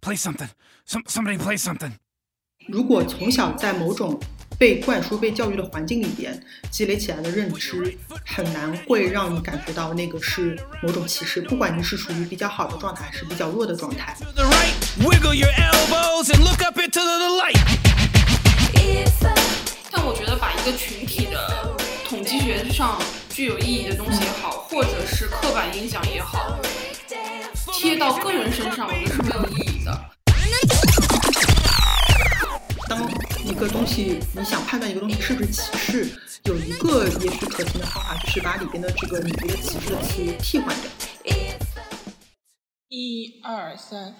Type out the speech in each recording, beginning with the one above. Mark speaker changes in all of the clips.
Speaker 1: Play something. Some somebody play something.
Speaker 2: 如果从小在某种被灌输、被教育的环境里边积累起来的认知，很难会让你感觉到那个是某种歧视，不管你是处于比较好的状态还是比较弱的状态。
Speaker 1: To the right, wiggle your elbows and look up into the light.
Speaker 3: 但我觉得把一个群体的统计学上具有意义的东西也好，或者是刻板印象也好，贴到个人身上，我觉得是没有意义的。
Speaker 2: 当一个东西，你想判断一个东西是不是歧视，有一个也许可行的方法，就是把里边的这个你觉得歧视的词替换掉。
Speaker 4: 一二三，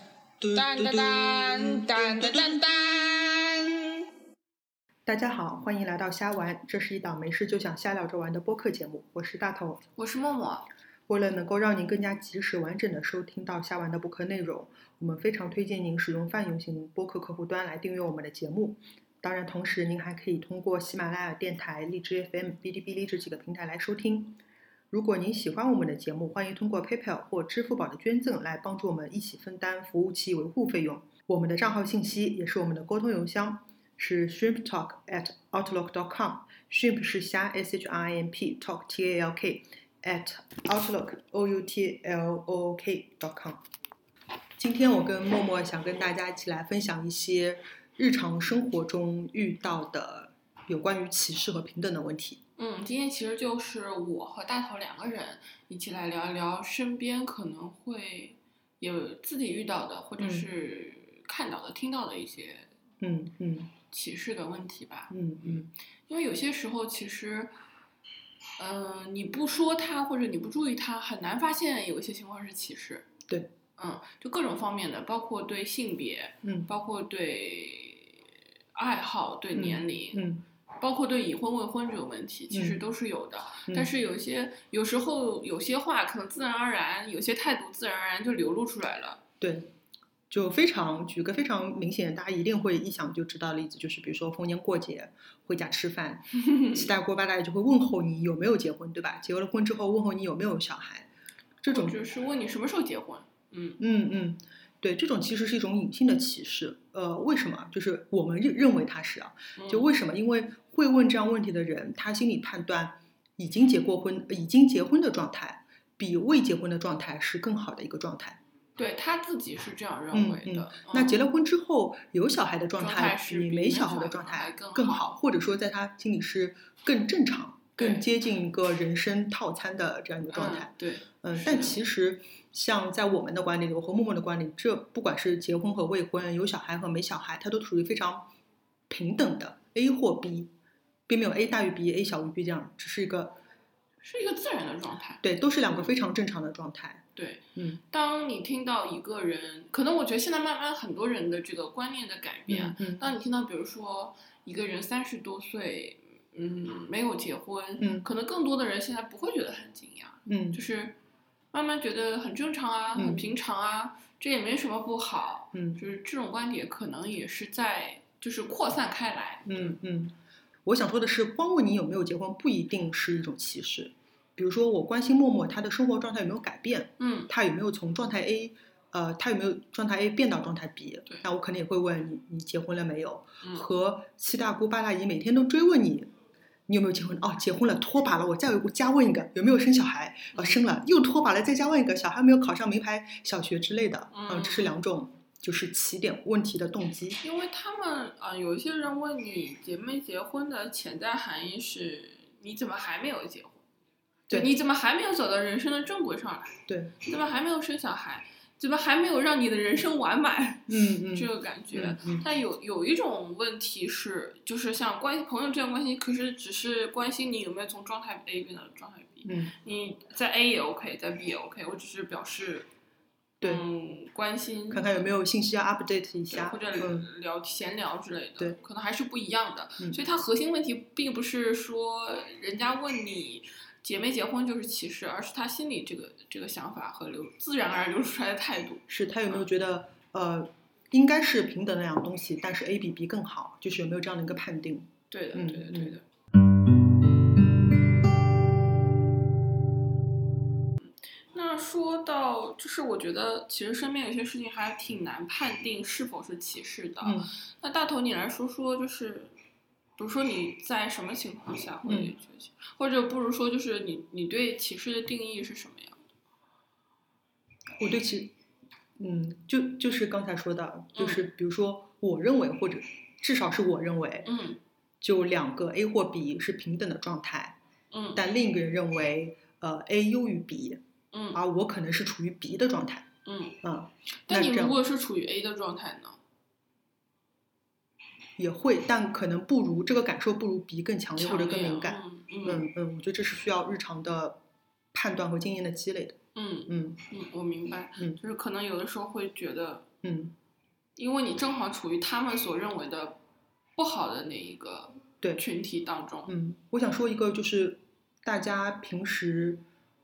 Speaker 4: 当当当当当当当。
Speaker 2: 大家好，欢迎来到瞎玩，这是一档没事就想瞎聊着玩的播客节目，我是大头。
Speaker 3: 我是默默，
Speaker 2: 为了能够让您更加及时、完整的收听到瞎玩的播客内容，我们非常推荐您使用泛用型播客客户端来订阅我们的节目。当然，同时您还可以通过喜马拉雅电台、荔枝 FM、哔哩哔哩这几个平台来收听。如果您喜欢我们的节目，欢迎通过 PayPal 或支付宝的捐赠来帮助我们一起分担服务器维护费用。我们的账号信息也是我们的沟通邮箱，是 shrimptalk at outlook.com。shrimp 是虾，s h r i m p talk t a l k。at outlook o u t l o o k dot com。今天我跟默默想跟大家一起来分享一些日常生活中遇到的有关于歧视和平等的问题。
Speaker 3: 嗯，今天其实就是我和大头两个人一起来聊一聊身边可能会有自己遇到的，或者
Speaker 2: 嗯
Speaker 3: 是看到的、听到的一些
Speaker 2: 嗯嗯
Speaker 3: 歧视的问题吧。
Speaker 2: 嗯嗯
Speaker 3: 因为有些时候其实，嗯、你不说它或者你不注意它，很难发现有一些情况是歧视。
Speaker 2: 对，
Speaker 3: 嗯，就各种方面的，包括对性别，
Speaker 2: 嗯
Speaker 3: 包括对爱好、对
Speaker 2: 嗯
Speaker 3: 年龄，
Speaker 2: 嗯
Speaker 3: 包括对已婚未婚这种问题，其实
Speaker 2: 嗯
Speaker 3: 都是有的。
Speaker 2: 嗯
Speaker 3: 但是有一些有时候有些话可能自然而然，有些态度自然而然就流露出来了。
Speaker 2: 对，就非常举个非常明显，大家一定会一想就知道的例子，就是比如说逢年过节回家吃饭，
Speaker 3: 嗯
Speaker 2: 七大姑八大姨就会问候你有没有结婚，对吧？结了婚之后问候你有没有小孩，这种
Speaker 3: 就是问你什么时候结婚？嗯，
Speaker 2: 嗯嗯，对，这种其实是一种隐性的歧视。呃，为什么？就是我们认认为他是啊，
Speaker 3: 嗯
Speaker 2: 就为什么？因为会问这样问题的人，他心里判断已经结过婚、呃已经结婚的状态，比未结婚的状态是更好的一个状态。
Speaker 3: 对他自己是这样认
Speaker 2: 嗯
Speaker 3: 为
Speaker 2: 嗯
Speaker 3: 的。
Speaker 2: 那
Speaker 3: 嗯
Speaker 2: 结了婚之后有小孩的状
Speaker 3: 状态
Speaker 2: 态
Speaker 3: 是
Speaker 2: 比
Speaker 3: 比
Speaker 2: 没
Speaker 3: 没
Speaker 2: 小
Speaker 3: 小
Speaker 2: 孩的
Speaker 3: 孩
Speaker 2: 状态
Speaker 3: 更
Speaker 2: 更
Speaker 3: 好
Speaker 2: 好，或者说在他心里是更正常、
Speaker 3: 对
Speaker 2: 更接近一个人生套餐的这样一个状态
Speaker 3: 嗯。、对，
Speaker 2: 嗯
Speaker 3: 是，
Speaker 2: 但
Speaker 3: 的
Speaker 2: 其实像在我们的观点里，我和默默的观点，这不管是结婚和未婚，有小孩和没小孩，它都属于非常平等的 A 或 B，并没有 A 大于 B，A 小于 B 这样，只是一个
Speaker 3: 是一个自然的状态。
Speaker 2: 对，都是两个非常正常的状态。
Speaker 3: 对，
Speaker 2: 嗯
Speaker 3: 当你听到一个人，可能我觉得现在慢慢很多人的这个观念的改变，
Speaker 2: 嗯嗯
Speaker 3: 当你听到比如说一个人三十多岁，嗯，没有结婚，
Speaker 2: 嗯
Speaker 3: 可能更多的人现在不会觉得很惊讶，
Speaker 2: 嗯
Speaker 3: 就是慢慢觉得很正常啊，
Speaker 2: 嗯
Speaker 3: 很平常啊，这也没什么不好，
Speaker 2: 嗯
Speaker 3: 就是这种观点可能也是在就是扩散开来，
Speaker 2: 嗯嗯，我想说的是，光问你有没有结婚，不一定是一种歧视。比如说，我关心默默她的生活状态有没有改变，
Speaker 3: 嗯，
Speaker 2: 他有没有从状态 A，呃，他有没有状态 A 变到状态 B？
Speaker 3: 对
Speaker 2: 那我肯定也会问你，你结婚了没有？
Speaker 3: 嗯
Speaker 2: 和七大姑八大姨每天都追问你，你有没有结婚？哦，结婚了，脱把了，我再我加问一个，有没有生小孩？哦，生了，又脱把了，再加问一个，小孩没有考上名牌小学之类的。
Speaker 3: 嗯
Speaker 2: 这是两种就是起点问题的动机。
Speaker 3: 因为他们啊、呃有一些人问你结没结婚的潜在含义是，你怎么还没有结婚？
Speaker 2: 对
Speaker 3: 你怎么还没有走到人生的正轨上来？
Speaker 2: 对，
Speaker 3: 你怎么还没有生小孩？怎么还没有让你的人生完满？
Speaker 2: 嗯嗯，
Speaker 3: 这个感觉。
Speaker 2: 嗯嗯
Speaker 3: 但有有一种问题是，就是像关朋友之间关心，可是只是关心你有没有从状态 A 变到状态 B。
Speaker 2: 嗯，
Speaker 3: 你在 A 也 OK，在 B 也 OK，我只是表示
Speaker 2: 对
Speaker 3: 嗯、关心，
Speaker 2: 看看有没有信息要 update 一
Speaker 3: 对
Speaker 2: 下
Speaker 3: 或。者
Speaker 2: 嗯
Speaker 3: 聊闲聊之类的，
Speaker 2: 对
Speaker 3: 可能还是不一样的。
Speaker 2: 嗯
Speaker 3: 所以它核心问题并不是说人家问你结没结婚就是歧视，而是他心里这个这个想法和流自然而然流出来的态度。
Speaker 2: 是他有没有觉得呃，应该是平等的两个东西，但是 A 比 B 更好，就是有没有这样的一个判定？
Speaker 3: 对的，
Speaker 2: 嗯
Speaker 3: 对的，对的。嗯那说到，就是我觉得其实身边有些事情还挺难判定是否是歧视的。
Speaker 2: 嗯
Speaker 3: 那大头，你来说说，就是比如说你在什么情况下会
Speaker 2: 嗯
Speaker 3: 觉得歧视，或者不如说就是你你对歧视的定义是什么样？
Speaker 2: 我对其，
Speaker 3: 哎
Speaker 2: 嗯，就就是刚才说的，
Speaker 3: 嗯
Speaker 2: 就是比如说，我认为或者至少是我认为，
Speaker 3: 嗯
Speaker 2: 就两个 A 或 B 是平等的状态，
Speaker 3: 嗯
Speaker 2: 但另一个人认为，呃，A 优于 B，
Speaker 3: 嗯
Speaker 2: 而我可能是处于 B 的状态，
Speaker 3: 嗯。
Speaker 2: 嗯，那
Speaker 3: 但你
Speaker 2: 这
Speaker 3: 如
Speaker 2: 样
Speaker 3: 果是处于 A 的状态呢？
Speaker 2: 也会，但可能不如这个感受不如 B 更强烈嗯或者更敏感，
Speaker 3: 强烈。嗯嗯
Speaker 2: 嗯嗯，我觉得这是需要日常的判断和经验的积累的，
Speaker 3: 嗯
Speaker 2: 嗯
Speaker 3: 嗯，我明白。
Speaker 2: 嗯
Speaker 3: 就是可能有的时候会觉得，
Speaker 2: 嗯，
Speaker 3: 因为你正好处于他们所认为的不好的那一个
Speaker 2: 对
Speaker 3: 群体当中。
Speaker 2: 嗯，我想说一个，就是大家平时，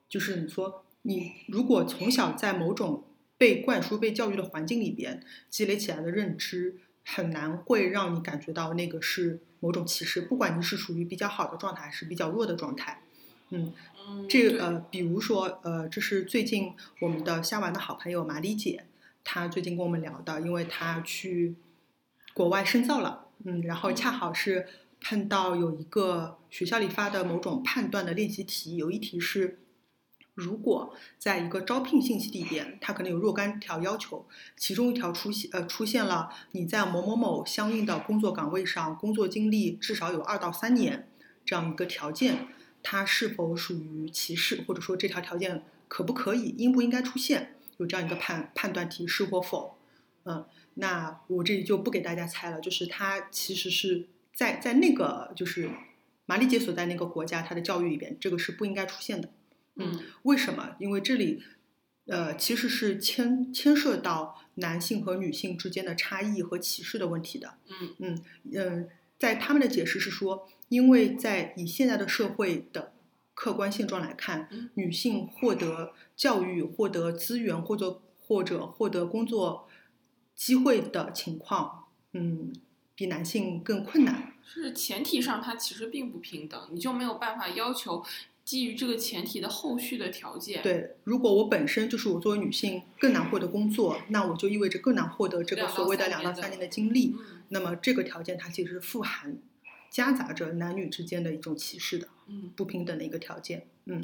Speaker 2: 就是你说你如果从小在某种被灌输、被教育的环境里边积累起来的认知，很难会让你感觉到那个是某种歧视，不管你是属于比较好的状态还是比较弱的状态。
Speaker 3: 嗯，
Speaker 2: 这
Speaker 3: 对
Speaker 2: 呃，比如说呃，这是最近我们的虾丸的好朋友玛丽姐，她最近跟我们聊的，因为她去国外深造了，嗯，然后恰好是碰到有一个学校里发的某种判断的练习题，有一题是。如果在一个招聘信息里边，它可能有若干条要求，其中一条出现呃出现了你在某某某相应的工作岗位上工作经历至少有二到三年这样一个条件，它是否属于歧视，或者说这条条件可不可以、应不应该出现，有这样一个判判断题是或否。嗯，那我这里就不给大家猜了，就是它其实是在在那个就是玛丽姐所在那个国家，它的教育里边，这个是不应该出现的。
Speaker 3: 嗯
Speaker 2: 为什么？因为这里，呃，其实是牵牵涉到男性和女性之间的差异和歧视的问题的。
Speaker 3: 嗯
Speaker 2: 嗯，在他们的解释是说，因为在以现在的社会的客观现状来看
Speaker 3: 嗯，
Speaker 2: 女性获得教育、获得资源或者或者获得工作机会的情况，嗯，比男性更困难。
Speaker 3: 是前提上它其实并不平等，你就没有办法要求基于这个前提的后续的条件。，
Speaker 2: 对，如果我本身就是我作为女性更难获得工作，那我就意味着更难获得这个
Speaker 3: 两到
Speaker 2: 所谓的
Speaker 3: 三
Speaker 2: 两
Speaker 3: 年
Speaker 2: 到
Speaker 3: 的
Speaker 2: 三年的经历。
Speaker 3: 嗯
Speaker 2: 那么这个条件它其实是富含夹杂着男女之间的一种歧视的
Speaker 3: 嗯，
Speaker 2: 不平等的一个条件。嗯。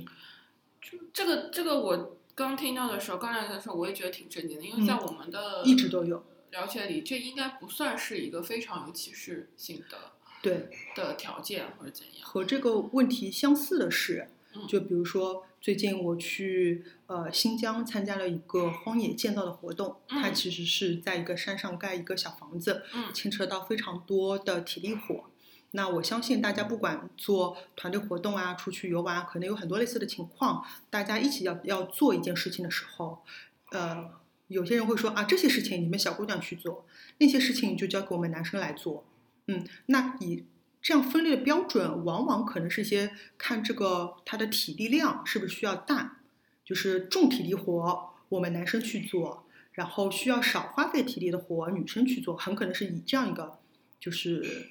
Speaker 3: 就这个这个我刚听到的时候，刚来的时候我也觉得挺震惊的，因为
Speaker 2: 嗯
Speaker 3: 在我们的
Speaker 2: 一直都有
Speaker 3: 了解里，这应该不算是一个非常有歧视性的
Speaker 2: 对，
Speaker 3: 的条件或者怎样。
Speaker 2: 和这个问题相似的是
Speaker 3: 嗯，
Speaker 2: 就比如说最近我去呃新疆参加了一个荒野建造的活动，
Speaker 3: 嗯
Speaker 2: 它其实是在一个山上盖一个小房子，
Speaker 3: 嗯
Speaker 2: 牵扯到非常多的体力活。那我相信大家不管做团队活动啊，出去游玩啊，可能有很多类似的情况。大家一起要要做一件事情的时候，呃，有些人会说啊，这些事情你们小姑娘去做，那些事情你就交给我们男生来做。嗯，那以这样分类的标准，往往可能是一些看这个他的体力量是不是需要大，就是重体力活我们男生去做，然后需要少花费体力的活女生去做，很可能是以这样一个就是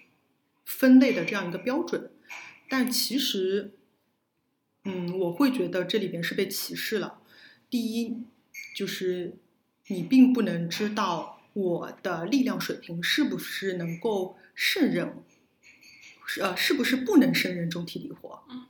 Speaker 2: 分类的这样一个标准。但其实，嗯，我会觉得这里边是被歧视了。第一，就是你并不能知道我的力量水平是不是能够胜任，是呃是不是不能胜任重体力活。
Speaker 3: 嗯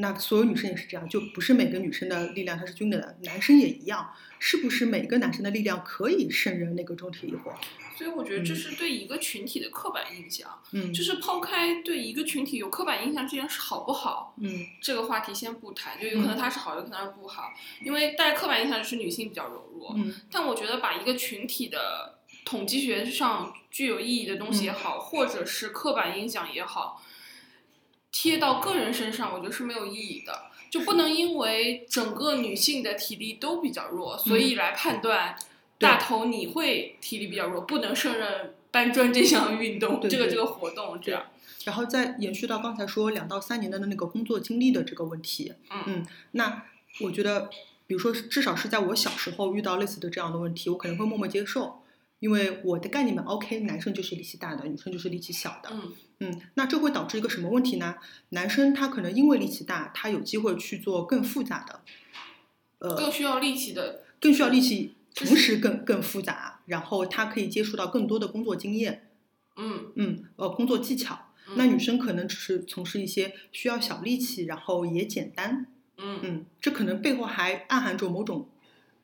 Speaker 2: 那所有女生也是这样，就不是每个女生的力量它是均等的，男生也一样，是不是每个男生的力量可以胜任那个重体力活？
Speaker 3: 所以我觉得这
Speaker 2: 嗯
Speaker 3: 是对一个群体的刻板印象，
Speaker 2: 嗯，
Speaker 3: 就是抛开对一个群体有刻板印象这件事好不好，
Speaker 2: 嗯
Speaker 3: 这个话题先不谈，就有可能它是好，有可能是不好，因为带刻板印象就是女性比较柔弱。
Speaker 2: 嗯
Speaker 3: 但我觉得把一个群体的统计学上具有意义的东西
Speaker 2: 嗯
Speaker 3: 也好，或者是刻板印象也好，贴到个人身上，我觉得是没有意义的。就不能因为整个女性的体力都比较弱，所以来判断
Speaker 2: 嗯对
Speaker 3: 大头你会体力比较弱，不能胜任搬砖这项运动，
Speaker 2: 对
Speaker 3: 这个
Speaker 2: 对
Speaker 3: 这个活动这样。
Speaker 2: 然后再延续到刚才说两到三年的那个工作经历的这个问题，
Speaker 3: 嗯
Speaker 2: 那我觉得，比如说是至少是在我小时候遇到类似的这样的问题，我可能会默默接受，因为我的概念里面，OK，男生就是力气大的，女生就是力气小的，
Speaker 3: 嗯
Speaker 2: 嗯，那这会导致一个什么问题呢？男生他可能因为力气大，他有机会去做更复杂的呃
Speaker 3: 更需要力气的，
Speaker 2: 更需要力气，同时更更复杂，然后他可以接触到更多的工作经验，
Speaker 3: 嗯，
Speaker 2: 嗯，呃，工作技巧。
Speaker 3: 嗯
Speaker 2: 那女生可能只是从事一些需要小力气，然后也简单，
Speaker 3: 嗯
Speaker 2: 嗯，这可能背后还暗含着某种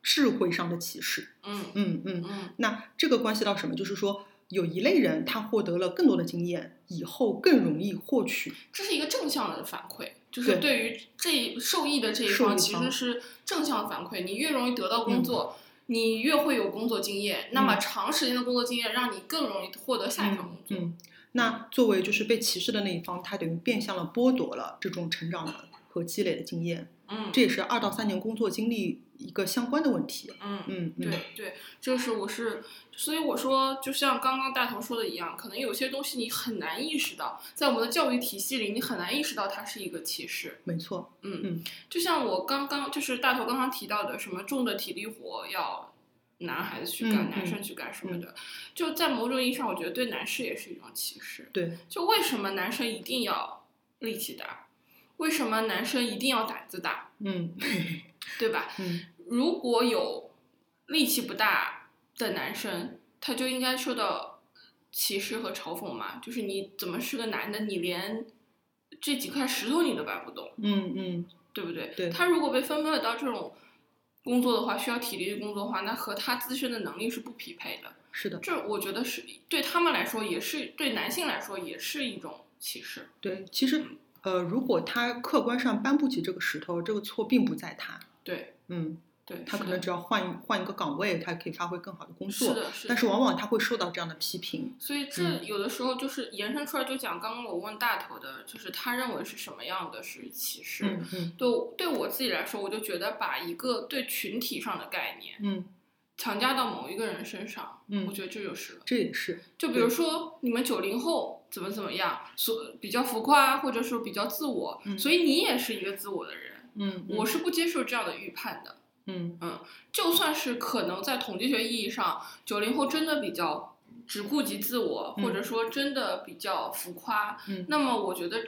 Speaker 2: 智慧上的启示，
Speaker 3: 嗯
Speaker 2: 嗯嗯。
Speaker 3: 嗯
Speaker 2: 那这个关系到什么？就是说，有一类人他获得了更多的经验，以后更容易获取，
Speaker 3: 这是一个正向的反馈，就
Speaker 2: 对
Speaker 3: 是对于这一受益的这一
Speaker 2: 受益
Speaker 3: 方其实
Speaker 2: 方
Speaker 3: 是正向反馈，你越容易得到工作。你越会有工作经验，那么
Speaker 2: 嗯
Speaker 3: 长时间的工作经验让你更容易获得下一份工作。
Speaker 2: 嗯。那作为就是被歧视的那一方，他等于变相了剥夺了这种成长的和积累的经验，
Speaker 3: 嗯
Speaker 2: 这也是二到三年工作经历一个相关的问题。
Speaker 3: 嗯
Speaker 2: 嗯嗯，
Speaker 3: 对对，就是我是，所以我说，就像刚刚大头说的一样，可能有些东西你很难意识到，在我们的教育体系里，你很难意识到它是一个歧视。
Speaker 2: 没错。
Speaker 3: 嗯
Speaker 2: 嗯，
Speaker 3: 就像我刚刚就是大头刚刚提到的，什么重的体力活要男孩子去干，
Speaker 2: 嗯
Speaker 3: 男
Speaker 2: 嗯
Speaker 3: 生去干什么的，就在某种意义上，我觉得对男士也是一种歧视。
Speaker 2: 对，
Speaker 3: 就为什么男生一定要力气大，为什么男生一定要胆子大，
Speaker 2: 嗯
Speaker 3: 对吧？
Speaker 2: 嗯，
Speaker 3: 如果有力气不大的男生，他就应该受到歧视和嘲讽嘛？就是你怎么是个男的，你连这几块石头你都搬不动，
Speaker 2: 嗯嗯，
Speaker 3: 对不对？
Speaker 2: 对
Speaker 3: 他如果被分配到这种工作的话，需要体力的工作的话，那和他自身的能力是不匹配的。
Speaker 2: 是的，
Speaker 3: 这我觉得是对他们来说，也是对男性来说也是一种歧视。
Speaker 2: 对。其实，呃，如果他客观上搬不起这个石头，这个错并不在他。
Speaker 3: 对
Speaker 2: 嗯，
Speaker 3: 对，
Speaker 2: 他
Speaker 3: 是
Speaker 2: 可
Speaker 3: 的
Speaker 2: 能只要换一换一个岗位，他可以发挥更好的工
Speaker 3: 是
Speaker 2: 作。
Speaker 3: 的，是的。
Speaker 2: 但是往嗯往他会受到这样的批评。
Speaker 3: 所以这有的时候就是延伸出来，就讲刚刚我问大头的，就是他认为是什么样的是歧视。
Speaker 2: 嗯嗯
Speaker 3: 对我对我自己来说，我就觉得把一个对群体上的概念
Speaker 2: 嗯
Speaker 3: 强加到某一个人身上，我
Speaker 2: 嗯，
Speaker 3: 觉得这就是了。
Speaker 2: 这也是。
Speaker 3: 就比如说你们九零后怎么怎么样，所比较浮夸，或者说比较自我，
Speaker 2: 嗯
Speaker 3: 所以你也是一个自我的人。
Speaker 2: 嗯，
Speaker 3: 我是不接受这样的预判的。
Speaker 2: 嗯
Speaker 3: 就算是可能在统计学意义上，九零后真的比较只顾及自我，
Speaker 2: 嗯
Speaker 3: 或者说真的比较浮夸，
Speaker 2: 嗯
Speaker 3: 那么我觉得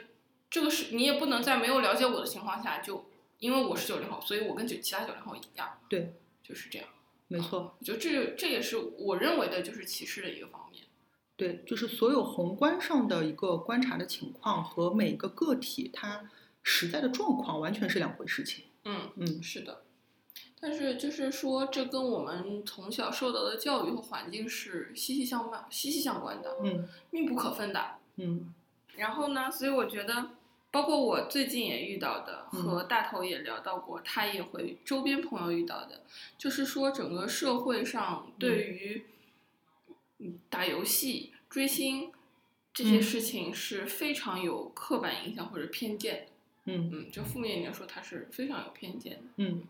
Speaker 3: 这个是你也不能在没有了解我的情况下就，因为我是九零后，所以我跟九其他九零后一样，
Speaker 2: 对，
Speaker 3: 就是这样。
Speaker 2: 没错。
Speaker 3: 我觉得这就这也是我认为的就是歧视的一个方面。
Speaker 2: 对，就是所有宏观上的一个观察的情况和每个个体他实在的状况完全是两回事情。
Speaker 3: 嗯，
Speaker 2: 嗯
Speaker 3: 是的。但是就是说，这跟我们从小受到的教育和环境是息息相关、息息相关的，
Speaker 2: 嗯
Speaker 3: 密不可分的。
Speaker 2: 嗯
Speaker 3: 然后呢，所以我觉得，包括我最近也遇到的，和
Speaker 2: 嗯
Speaker 3: 大头也聊到过，他也会周边朋友遇到的，就是说整个社会上对于嗯打游戏、追星这些
Speaker 2: 嗯
Speaker 3: 事情是非常有刻板印象或者偏见的。
Speaker 2: 嗯
Speaker 3: 嗯，就负面一点说，它是非常有偏见的，
Speaker 2: 嗯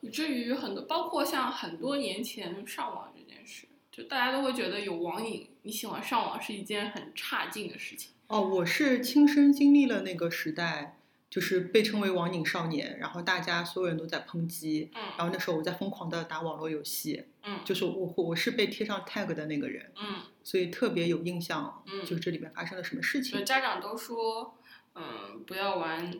Speaker 3: 以至于很多，包括像很多年前上网这件事，就大家都会觉得有网瘾，你喜欢上网是一件很差劲的事情。
Speaker 2: 哦，我是亲身经历了那个时代，就是被称为网瘾少年，然后大家所有人都在抨击，
Speaker 3: 嗯
Speaker 2: 然后那时候我在疯狂的打网络游戏，
Speaker 3: 嗯
Speaker 2: 就是我我是被贴上 tag 的那个人，
Speaker 3: 嗯。
Speaker 2: 所以特别有印象，
Speaker 3: 嗯
Speaker 2: 就是这里面发生了什么事
Speaker 3: 就
Speaker 2: 情。
Speaker 3: 家长都说，嗯，不要玩，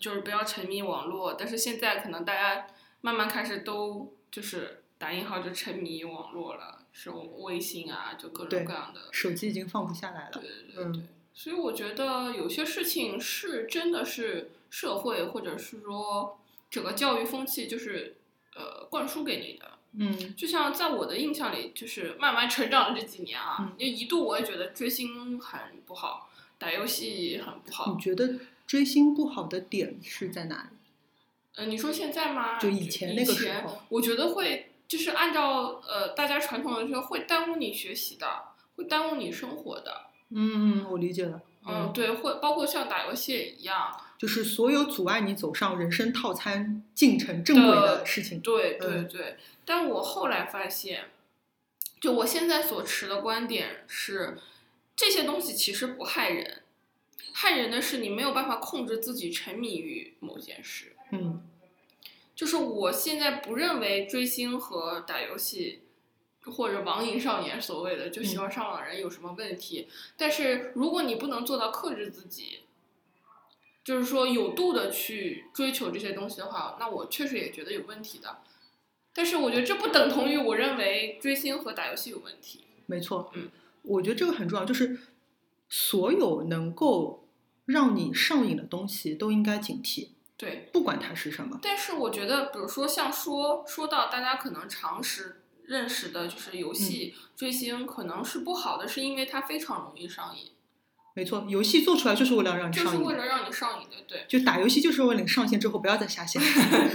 Speaker 3: 就是不要沉迷网络。但是现在可能大家慢慢开始都就是打引号就沉迷网络了，是微信啊，就各种
Speaker 2: 对
Speaker 3: 各样的。
Speaker 2: 手机已经放不下来了
Speaker 3: 对，对对
Speaker 2: 嗯
Speaker 3: 对。所以我觉得有些事情是真的是社会或者是说整个教育风气就是呃灌输给你的。
Speaker 2: 嗯
Speaker 3: 就像在我的印象里，就是慢慢成长的这几年啊
Speaker 2: 嗯，
Speaker 3: 因为一度我也觉得追星很不好，打游戏很不好
Speaker 2: 你。觉得追星不好的点是在哪里？
Speaker 3: 呃，你说现在吗？
Speaker 2: 就以前那个时候
Speaker 3: 以前我觉得会就是按照呃大家传统的说，会耽误你学习的，会耽误你生活的。
Speaker 2: 嗯嗯，我理解了。
Speaker 3: 嗯，，对，会包括像打游戏也一样。
Speaker 2: 就是所有阻碍你走上人生套餐进程正轨的事情。
Speaker 3: 对对
Speaker 2: 嗯
Speaker 3: 对，但我后来发现，就我现在所持的观点是，这些东西其实不害人，害人的是你没有办法控制自己沉迷于某件事。
Speaker 2: 嗯
Speaker 3: 就是我现在不认为追星和打游戏或者网瘾少年所谓的就喜欢上网人有什么问题，但是如果你不能做到克制自己，就是说有度的去追求这些东西的话，那我确实也觉得有问题的。但是我觉得这不等同于我认为追星和打游戏有问题。
Speaker 2: 没错，
Speaker 3: 嗯，
Speaker 2: 我觉得这个很重要，就是所有能够让你上瘾的东西都应该警惕，
Speaker 3: 对，
Speaker 2: 不管它是什么。
Speaker 3: 但是我觉得，比如说像说说到大家可能常识认识的，就是游戏、
Speaker 2: 嗯
Speaker 3: 追星可能是不好的，是因为它非常容易上瘾，
Speaker 2: 没错，游戏做出来就是为了让你
Speaker 3: 就是
Speaker 2: 上瘾
Speaker 3: 为
Speaker 2: 的，
Speaker 3: 了让你上瘾的， 对。
Speaker 2: 就打游戏就是为了你上线之后不要再下 线。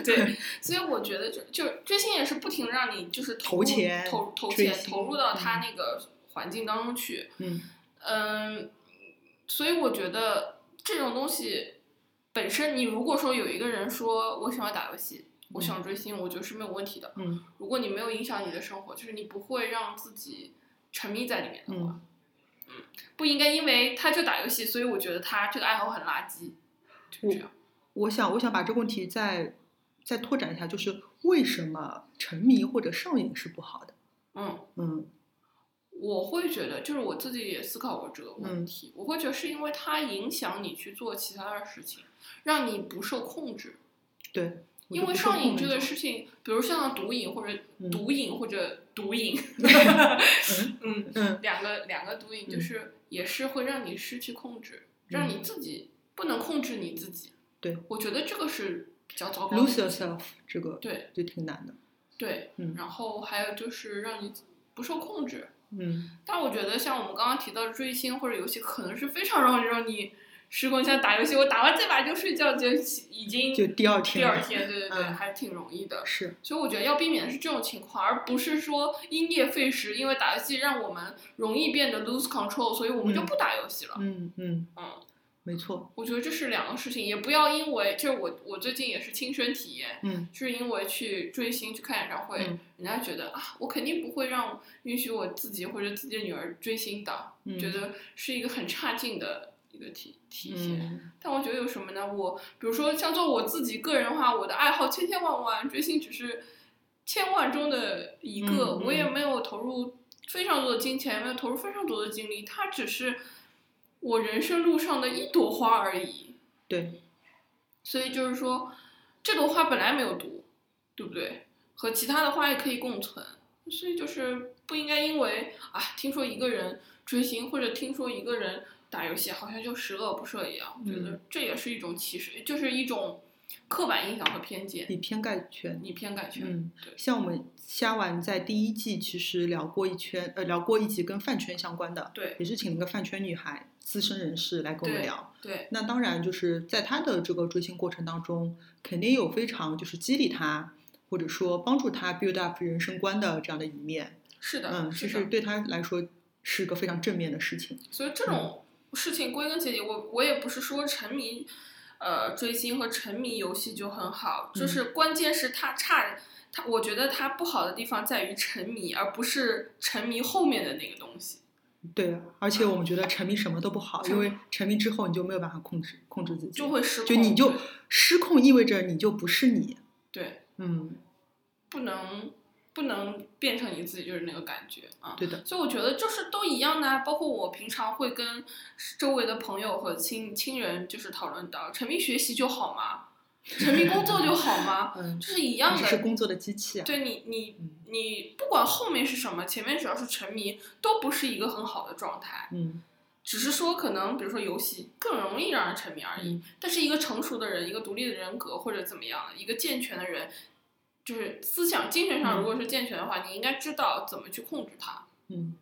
Speaker 3: 对，所以我觉得就就追星也是不停地让你就是投
Speaker 2: 投
Speaker 3: 入
Speaker 2: 钱
Speaker 3: 投投
Speaker 2: 追
Speaker 3: 钱
Speaker 2: 星
Speaker 3: 投入到
Speaker 2: 嗯
Speaker 3: 他那个环境当中去，
Speaker 2: 嗯，
Speaker 3: 嗯，所以我觉得这种东西本身，你如果说有一个人说我喜欢打游戏，我喜欢追星，我觉得是没有问题的。
Speaker 2: 嗯，
Speaker 3: 如果你没有影响你的生活，就是你不会让自己沉迷在里面的话，嗯不应该因为他就打游戏，所以我觉得他这个爱好很垃圾，就这样。
Speaker 2: 我想，我想把这个问题再再拓展一下，就是为什么沉迷或者上瘾是不好的？
Speaker 3: 嗯，
Speaker 2: 嗯
Speaker 3: 我会觉得，就是我自己也思考过这个
Speaker 2: 嗯
Speaker 3: 问题，我会觉得是因为它影响你去做其他的事情，让你不受控制。，
Speaker 2: 对，我
Speaker 3: 因
Speaker 2: 就
Speaker 3: 为
Speaker 2: 不受
Speaker 3: 上瘾
Speaker 2: 控
Speaker 3: 这
Speaker 2: 那
Speaker 3: 个
Speaker 2: 种
Speaker 3: 事情，比如像毒瘾或者
Speaker 2: 嗯
Speaker 3: 毒瘾或者 毒瘾，嗯，
Speaker 2: 嗯
Speaker 3: 两个两个毒瘾就
Speaker 2: 嗯
Speaker 3: 是也是会让你失去控制，让你自己不能控制你自己。
Speaker 2: 对，
Speaker 3: 我觉得这个是比较糟糕的
Speaker 2: ，lose
Speaker 3: 事情。
Speaker 2: yourself 这个
Speaker 3: 对
Speaker 2: 就挺难的。
Speaker 3: 对，
Speaker 2: 嗯
Speaker 3: 然后还有就是让你不受控制。
Speaker 2: 嗯，
Speaker 3: 但我觉得像我们刚刚提到的追星或者游戏，可能是非常容易让你失控。像打游戏，我打完这把就睡觉，就已经
Speaker 2: 就第二天
Speaker 3: 嗯第二
Speaker 2: 了
Speaker 3: 天，对对对，
Speaker 2: 嗯
Speaker 3: 还挺容易的。
Speaker 2: 是
Speaker 3: 所以我觉得要避免的是这种情况，而不是说因噎废食，因为打游戏让我们容易变得 lose control，所以我们就
Speaker 2: 嗯
Speaker 3: 不打游戏了。
Speaker 2: 嗯嗯
Speaker 3: 嗯，
Speaker 2: 没错，
Speaker 3: 我觉得这是两个事情，也不要因为就是我我最近也是亲身体验，
Speaker 2: 嗯
Speaker 3: 就是因为去追星去看演唱会，
Speaker 2: 嗯
Speaker 3: 人家觉得啊，我肯定不会让允许我自己或者自己的女儿追星的，
Speaker 2: 嗯
Speaker 3: 觉得是一个很差劲的一个体体现。
Speaker 2: 嗯
Speaker 3: 但我觉得有什么呢？我比如说像做我自己个人的话，我的爱好千千万万，追星只是千万中的一个，
Speaker 2: 嗯嗯
Speaker 3: 我也没有投入非常多的金钱，没有投入非常多的精力，它只是我人生路上的一朵花而已。
Speaker 2: 对，
Speaker 3: 所以就是说，这朵花本来没有毒，对不对？和其他的花也可以共存，所以就是不应该因为啊，听说一个人追星或者听说一个人打游戏，好像就十恶不赦一样。我觉
Speaker 2: 嗯
Speaker 3: 得这也是一种歧视，就是一种刻板印象和偏见，
Speaker 2: 以偏概全。
Speaker 3: 以偏概全。
Speaker 2: 嗯
Speaker 3: 对，
Speaker 2: 像我们虾丸在第一季其实聊过一圈，呃，聊过一集跟饭圈相关的，
Speaker 3: 对
Speaker 2: 也是请了一个饭圈女孩资深人士来跟我们聊。
Speaker 3: 对
Speaker 2: 那当然，就是在她的这个追星过程当中，肯定有非常就是激励她，或者说帮助她 build up 人生观的这样的一面。
Speaker 3: 是的，
Speaker 2: 嗯，其
Speaker 3: 是
Speaker 2: 实
Speaker 3: 的。
Speaker 2: 对她来说是个非常正面的事情。
Speaker 3: 所以这
Speaker 2: 嗯
Speaker 3: 种事情归根结底，我我也不是说沉迷，呃，追星和沉迷游戏就很好，
Speaker 2: 嗯
Speaker 3: 就是关键是它差，它我觉得它不好的地方在于沉迷，而不是沉迷后面的那个东西。
Speaker 2: 对，而且我们觉得沉迷什么都不好，因为
Speaker 3: 嗯
Speaker 2: 沉迷之后你就没有办法控制控制自己，
Speaker 3: 就会失控，
Speaker 2: 就你就失控，意味着你就不是你。
Speaker 3: 对，
Speaker 2: 嗯，
Speaker 3: 不能不能变成你自己，就是那个感觉啊。
Speaker 2: 对的，
Speaker 3: 所以我觉得就是都一样的啊，包括我平常会跟周围的朋友和亲亲人就是讨论到，沉迷学习就好吗？沉迷工作就好吗？
Speaker 2: 嗯，
Speaker 3: 就是一样
Speaker 2: 你
Speaker 3: 的，
Speaker 2: 只是工作的机器啊。
Speaker 3: 对你，你
Speaker 2: 嗯
Speaker 3: 你不管后面是什么，前面只要是沉迷，都不是一个很好的状态。
Speaker 2: 嗯，
Speaker 3: 只是说，可能比如说游戏更容易让人沉迷而已。
Speaker 2: 嗯
Speaker 3: 但是一个成熟的人，一个独立的人格或者怎么样，一个健全的人，就是思想精神上
Speaker 2: 嗯
Speaker 3: 如果是健全的话，你应该知道怎么去控制它。
Speaker 2: 嗯，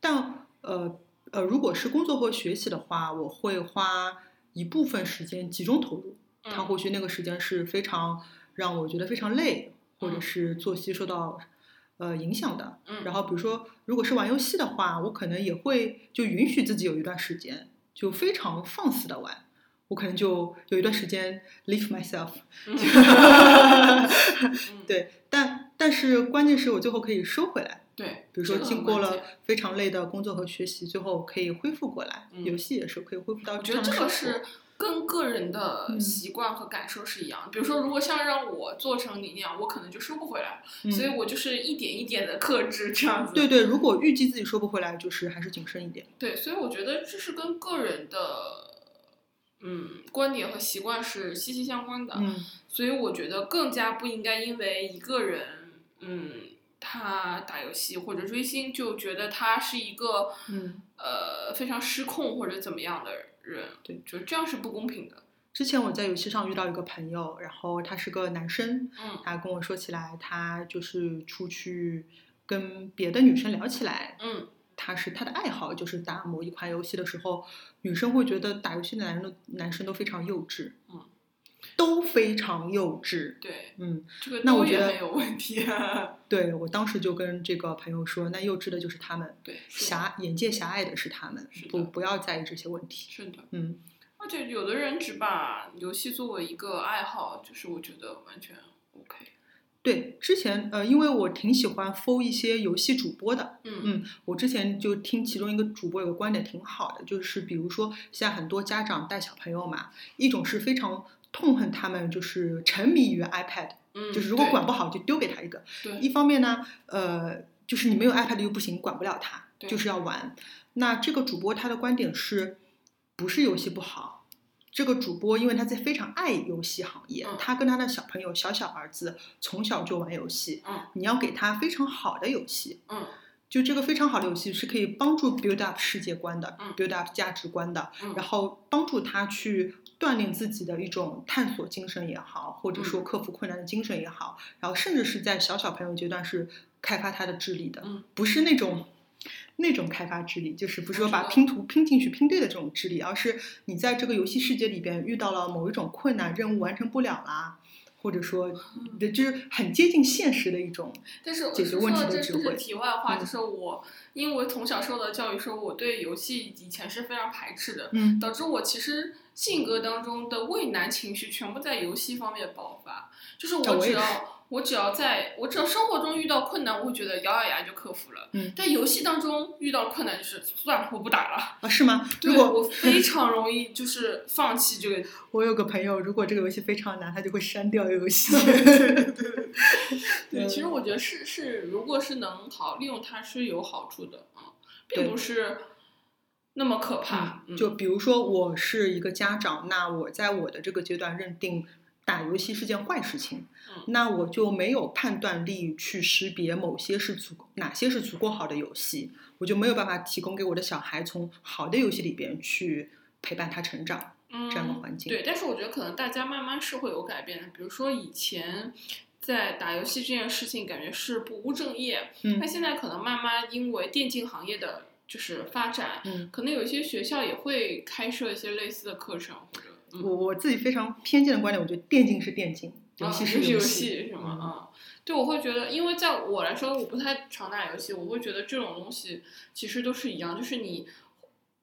Speaker 2: 但呃呃，如果是工作或学习的话，我会花一部分时间集中投入。它
Speaker 3: 嗯，
Speaker 2: 或许那个时间是非常让我觉得非常累，或者
Speaker 3: 嗯
Speaker 2: 是作息受到呃影响的。
Speaker 3: 嗯
Speaker 2: 然后比如说，如果是玩游戏的话，我可能也会就允许自己有一段时间就非常放肆的玩。我可能就有一段时间 leave myself，
Speaker 3: 嗯
Speaker 2: 对，但但是关键是我最后可以收回来，
Speaker 3: 对，
Speaker 2: 比如说
Speaker 3: 这个
Speaker 2: 经
Speaker 3: 很
Speaker 2: 过
Speaker 3: 关
Speaker 2: 了
Speaker 3: 键
Speaker 2: 非常累的工作和学习，最后可以恢复过来。
Speaker 3: 嗯
Speaker 2: 游戏也是可以恢复到
Speaker 3: 我觉得这个
Speaker 2: 常
Speaker 3: 是
Speaker 2: 生活
Speaker 3: 跟个人的
Speaker 2: 嗯
Speaker 3: 习惯和感受是一样的。比如说，如果像让我做成你那样，我可能就收不回来了，
Speaker 2: 嗯
Speaker 3: 所以我就是一点一点的克制这样子。
Speaker 2: 对对，如果预计自己收不回来，就是还是谨慎一点。
Speaker 3: 对，所以我觉得这是跟个人的嗯观点和习惯是息息相关的。
Speaker 2: 嗯
Speaker 3: 所以我觉得更加不应该因为一个人，嗯，他打游戏或者追星，就觉得他是一个
Speaker 2: 嗯。
Speaker 3: 呃非常失控或者怎么样的人。
Speaker 2: 对
Speaker 3: 就这样是不公平的。
Speaker 2: 之前我在游戏上遇到一个朋友，然后他是个男生，
Speaker 3: 嗯
Speaker 2: 他跟我说起来，他就是出去跟别的女生聊起来，
Speaker 3: 嗯
Speaker 2: 他是他的爱好就是打某一款游戏的时候，女生会觉得打游戏的男人都男生都非常幼稚，
Speaker 3: 嗯，
Speaker 2: 都非常幼稚，
Speaker 3: 对，
Speaker 2: 嗯，
Speaker 3: 这个
Speaker 2: 那我
Speaker 3: 都也
Speaker 2: 觉得
Speaker 3: 很有问题、
Speaker 2: 对我当时就跟这个朋友说，那幼稚的就是他们，
Speaker 3: 对，是的
Speaker 2: 狭眼界狭隘的是他们
Speaker 3: 是，的
Speaker 2: 不不要在意这些问题，
Speaker 3: 是的。
Speaker 2: 嗯，
Speaker 3: 而且有的人只把游戏作为一个爱好，就是我觉得完全 OK。
Speaker 2: 对，之前呃，因为我挺喜欢 follow 一些游戏主播的，
Speaker 3: 嗯
Speaker 2: 嗯我之前就听其中一个主播有个观点挺好的，就是比如说现在很多家长带小朋友嘛，一种是非常痛恨他们就是沉迷于 iPad，
Speaker 3: 嗯，
Speaker 2: 就是如果
Speaker 3: 对
Speaker 2: 管不好就丢给他一个。
Speaker 3: 对
Speaker 2: 一方面呢，呃，就是你没有 iPad 又不行，管不了他，
Speaker 3: 对
Speaker 2: 就是要玩。那这个主播他的观点是，不是游戏不好？这个主播因为他在非常爱游戏行业，
Speaker 3: 嗯
Speaker 2: 他跟他的小朋友小小儿子从小就玩游戏，
Speaker 3: 嗯
Speaker 2: 你要给他非常好的游戏，
Speaker 3: 嗯
Speaker 2: 就这个非常好的游戏是可以帮助 build up 世界观的、
Speaker 3: 嗯
Speaker 2: b u i l d up 价值观的，
Speaker 3: 嗯
Speaker 2: 然后帮助他去锻炼自己的一种探索精神也好，或者
Speaker 3: 嗯
Speaker 2: 说克服困难的精神也好，然后甚至是在小小朋友阶段是开发他的智力的，
Speaker 3: 嗯
Speaker 2: 不是那种。那种开发智力，就是不是说
Speaker 3: 我知道
Speaker 2: 把拼图拼进去、拼对的这种智力，而是你在这个游戏世界里边遇到了某一种困难，任务完成不了啦，或者说，
Speaker 3: 嗯
Speaker 2: 就是很接近现实的一种
Speaker 3: 但是
Speaker 2: 解决问题的
Speaker 3: 这
Speaker 2: 智
Speaker 3: 这
Speaker 2: 慧
Speaker 3: 是题外话，
Speaker 2: 嗯
Speaker 3: 就是我因为我从小受到教育，说我对游戏以前是非常排斥的，
Speaker 2: 嗯
Speaker 3: 导致我其实性格当中的畏难情绪全部在游戏方面爆发。就是
Speaker 2: 啊
Speaker 3: 我
Speaker 2: 我也
Speaker 3: 只
Speaker 2: 是
Speaker 3: 要我只要在我只要生活中遇到困难，我会觉得咬咬牙就克服了。
Speaker 2: 嗯
Speaker 3: 但游戏当中遇到困难就是算了，我不打了。
Speaker 2: 啊，是吗？ 如
Speaker 3: 对
Speaker 2: 果
Speaker 3: 我非常容易就是放弃这个。
Speaker 2: 我有个朋友，如果这个游戏非常难，他就会删掉游戏。
Speaker 3: 对，
Speaker 2: 嗯
Speaker 3: 其实我觉得是是，如果是能好利用它是有好处的啊，并
Speaker 2: 对
Speaker 3: 不是那么可怕。嗯
Speaker 2: 就比如说，我是一个家长，那我在我的这个阶段认定打游戏是件坏事情，
Speaker 3: 嗯
Speaker 2: 那我就没有判断力去识别某些是足够哪些是足够好的游戏，我就没有办法提供给我的小孩从好的游戏里边去陪伴他成长这样的
Speaker 3: 嗯
Speaker 2: 环境。
Speaker 3: 对，但是我觉得可能大家慢慢是会有改变的。比如说以前在打游戏这件事情，感觉是不务正业，
Speaker 2: 嗯
Speaker 3: 那现在可能慢慢因为电竞行业的就是发展，
Speaker 2: 嗯。
Speaker 3: 可能有一些学校也会开设一些类似的课程或者。嗯
Speaker 2: 我我自己非常偏见的观点，我觉得电竞是电竞，游戏
Speaker 3: 啊
Speaker 2: 是戏。
Speaker 3: 游
Speaker 2: 嗯
Speaker 3: 戏是吗？啊，对，我会觉得，因为在我来说，我不太常打游戏，我会觉得这种东西其实都是一样，就是你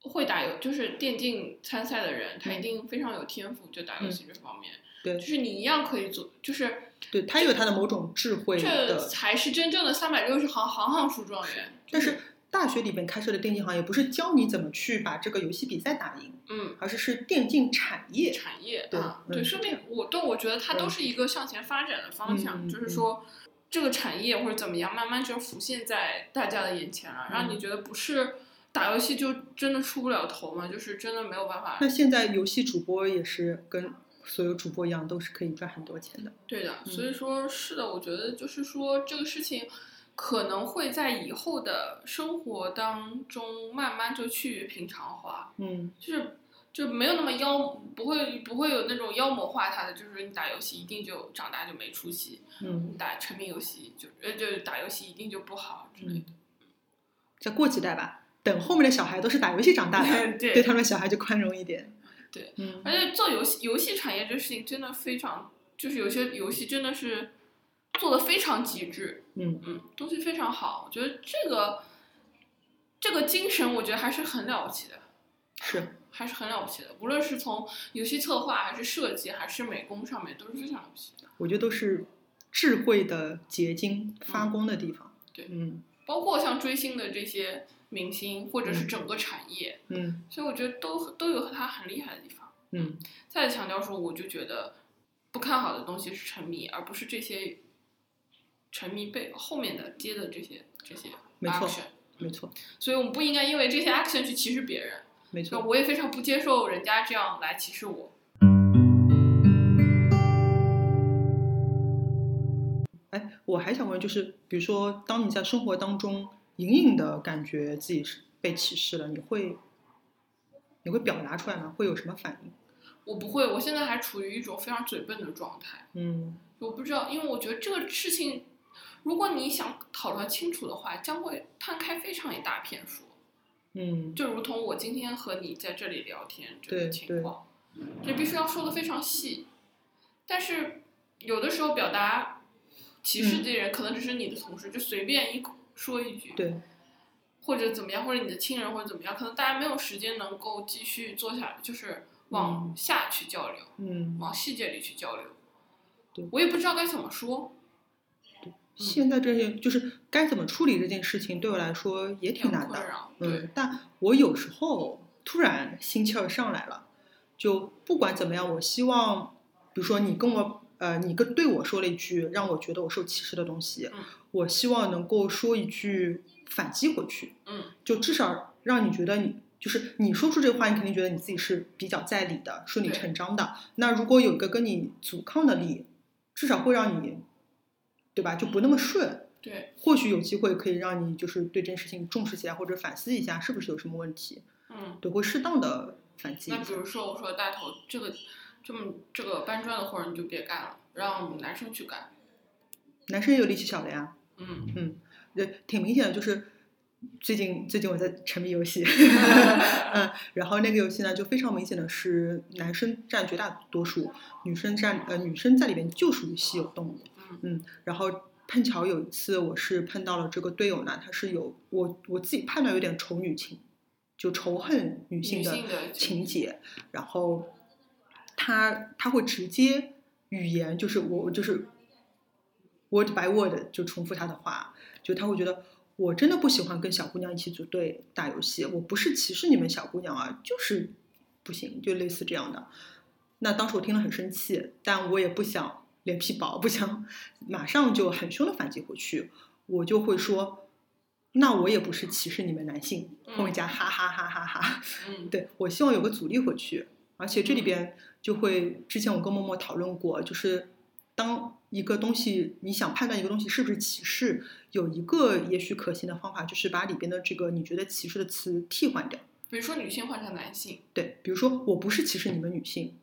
Speaker 3: 会打游，就是电竞参赛的人，
Speaker 2: 嗯
Speaker 3: 他一定非常有天赋，就打游戏这方面，
Speaker 2: 对
Speaker 3: 就是你一样可以做，就是
Speaker 2: 对，他有他的某种智慧
Speaker 3: 这
Speaker 2: 的
Speaker 3: 才是真正的三百六十行，行行出状元。
Speaker 2: 但是大学里边开设的电竞行业不是教你怎么去把这个游戏比赛打赢，
Speaker 3: 嗯，
Speaker 2: 而是是电竞产业。
Speaker 3: 产业
Speaker 2: 对
Speaker 3: 啊，
Speaker 2: 嗯
Speaker 3: 对，说明我对我觉得它
Speaker 2: 对
Speaker 3: 都是一个向前发展的方向，
Speaker 2: 嗯嗯
Speaker 3: 就是
Speaker 2: 嗯
Speaker 3: 说这个产业或者怎么样，慢慢就浮现在大家的眼前了，
Speaker 2: 嗯
Speaker 3: 让你觉得不是打游戏就真的出不了头嘛，就是真的没有办法
Speaker 2: 那。现在游戏主播也是跟所有主播一样，都是可以赚很多钱的。
Speaker 3: 对的，
Speaker 2: 嗯
Speaker 3: 所以说是的，我觉得就是说这个事情。可能会在以后的生活当中慢慢就趋于平常化，
Speaker 2: 嗯，
Speaker 3: 就是就没有那么妖，不会不会有那种妖魔化它的，就是你打游戏一定就长大就没出息，
Speaker 2: 嗯，
Speaker 3: 打沉迷游戏就呃就是打游戏一定就不好之类的。
Speaker 2: 再过几代吧，等后面的小孩都是打游戏长大的，
Speaker 3: 对
Speaker 2: 对他们的小孩就宽容一点。
Speaker 3: 对，
Speaker 2: 嗯，
Speaker 3: 而且做游戏游戏产业这事情真的非常，就是有些游戏真的是做的非常极致，
Speaker 2: 嗯
Speaker 3: 嗯，东西非常好，我觉得这个这个精神我觉得还是很了不起的。
Speaker 2: 是，
Speaker 3: 还是很了不起的，无论是从游戏策划，还是设计，还是美工上面，都是非常了不起的。
Speaker 2: 我觉得都是智慧的结晶，发光的地方。
Speaker 3: 对
Speaker 2: 嗯
Speaker 3: 包括像追星的这些明星，或者是整个产业，
Speaker 2: 嗯
Speaker 3: 所以我觉得都都有它很厉害的地方。
Speaker 2: 嗯，
Speaker 3: 再强调说，我就觉得不看好的东西是沉迷，而不是这些沉迷背后面的接的这些这些
Speaker 2: 没错
Speaker 3: action。
Speaker 2: 没错。
Speaker 3: 所以我们不应该因为这些 action 去歧视别人。
Speaker 2: 没
Speaker 3: 那
Speaker 2: 错，
Speaker 3: 我也非常不接受人家这样来歧视我。
Speaker 2: 哎，我还想问，就是比如说，当你在生活当中隐隐的感觉自己是被歧视了，你会你会表达出来吗？会有什么反应？
Speaker 3: 我不会，我现在还处于一种非常嘴笨的状态。
Speaker 2: 嗯
Speaker 3: 我不知道，因为我觉得这个事情，如果你想讨论清楚的话，将会摊开非常一大篇幅。
Speaker 2: 嗯，
Speaker 3: 就如同我今天和你在这里聊天这
Speaker 2: 对
Speaker 3: 个情况，就必须要说的非常细。但是有的时候表达歧
Speaker 2: 嗯
Speaker 3: 视的人，可能只是你的同事，就随便一说一句，
Speaker 2: 对，
Speaker 3: 或者怎么样，或者你的亲人或者怎么样，可能大家没有时间能够继续做下，就是往下去交流，
Speaker 2: 嗯，
Speaker 3: 往细节里去交流
Speaker 2: 对。
Speaker 3: 我也不知道该怎么说，
Speaker 2: 现在这些就是该怎么处理这件事情，对我来说也
Speaker 3: 也
Speaker 2: 挺
Speaker 3: 很
Speaker 2: 难的
Speaker 3: 困。扰。对
Speaker 2: 嗯，，但我有时候突然心气儿上来了，就不管怎么样，我希望，比如说你跟我，呃，你跟对我说了一句让我觉得我受歧视的东西，
Speaker 3: 嗯
Speaker 2: 我希望能够说一句反击回去，
Speaker 3: 嗯，
Speaker 2: 就至少让你觉得你。就是你说出这话，你肯定觉得你自己是比较在理的、顺理
Speaker 3: 对
Speaker 2: 成章的。那如果有一个跟你阻抗的力，至少会让你，对吧？就不那么顺。
Speaker 3: 对，
Speaker 2: 或许有机会可以让你就是对这件事情重视起来，或者反思一下是不是有什么问题，
Speaker 3: 嗯。
Speaker 2: 对，会适当的反击
Speaker 3: 那
Speaker 2: 一
Speaker 3: 比
Speaker 2: 下。
Speaker 3: 如说，我说大头，这个这么这个搬砖的活儿你就别干了，让我们男生去干。
Speaker 2: 男生也有力气小的呀，
Speaker 3: 嗯，
Speaker 2: 呃，挺明显的，就是最近最近我在沉迷游戏，嗯，然后那个游戏呢就非常明显的是男生占绝大多数，女生占呃女生在里面就属于稀有动物，嗯，然后。碰巧有一次，我是碰到了这个队友呢，她是有我我自己判断有点仇女情，就仇恨女性
Speaker 3: 女
Speaker 2: 的
Speaker 3: 性的
Speaker 2: 情节，然后他他会直接语言就是我就是 word by word 就重复他的话，就他会觉得我真的不喜欢跟小姑娘一起组队打游戏，我不是歧视你们小姑娘啊，就是不行，就类似这样的。那当时我听了很生气，但我也不想脸皮薄，不想马上就很凶的反击回去，我就会说，那我也不是歧视你们男性，后面加哈哈哈哈哈。
Speaker 3: 嗯，
Speaker 2: 对我希望有个阻力回去，而且这里边就会，之前我跟默默讨论过，就是当一个东西你想判断一个东西是不是歧视，有一个也许可行的方法，就是把里边的这个你觉得歧视的词替换掉。
Speaker 3: 比如说女性换成男性，
Speaker 2: 对，比如说我不是歧视你们女性，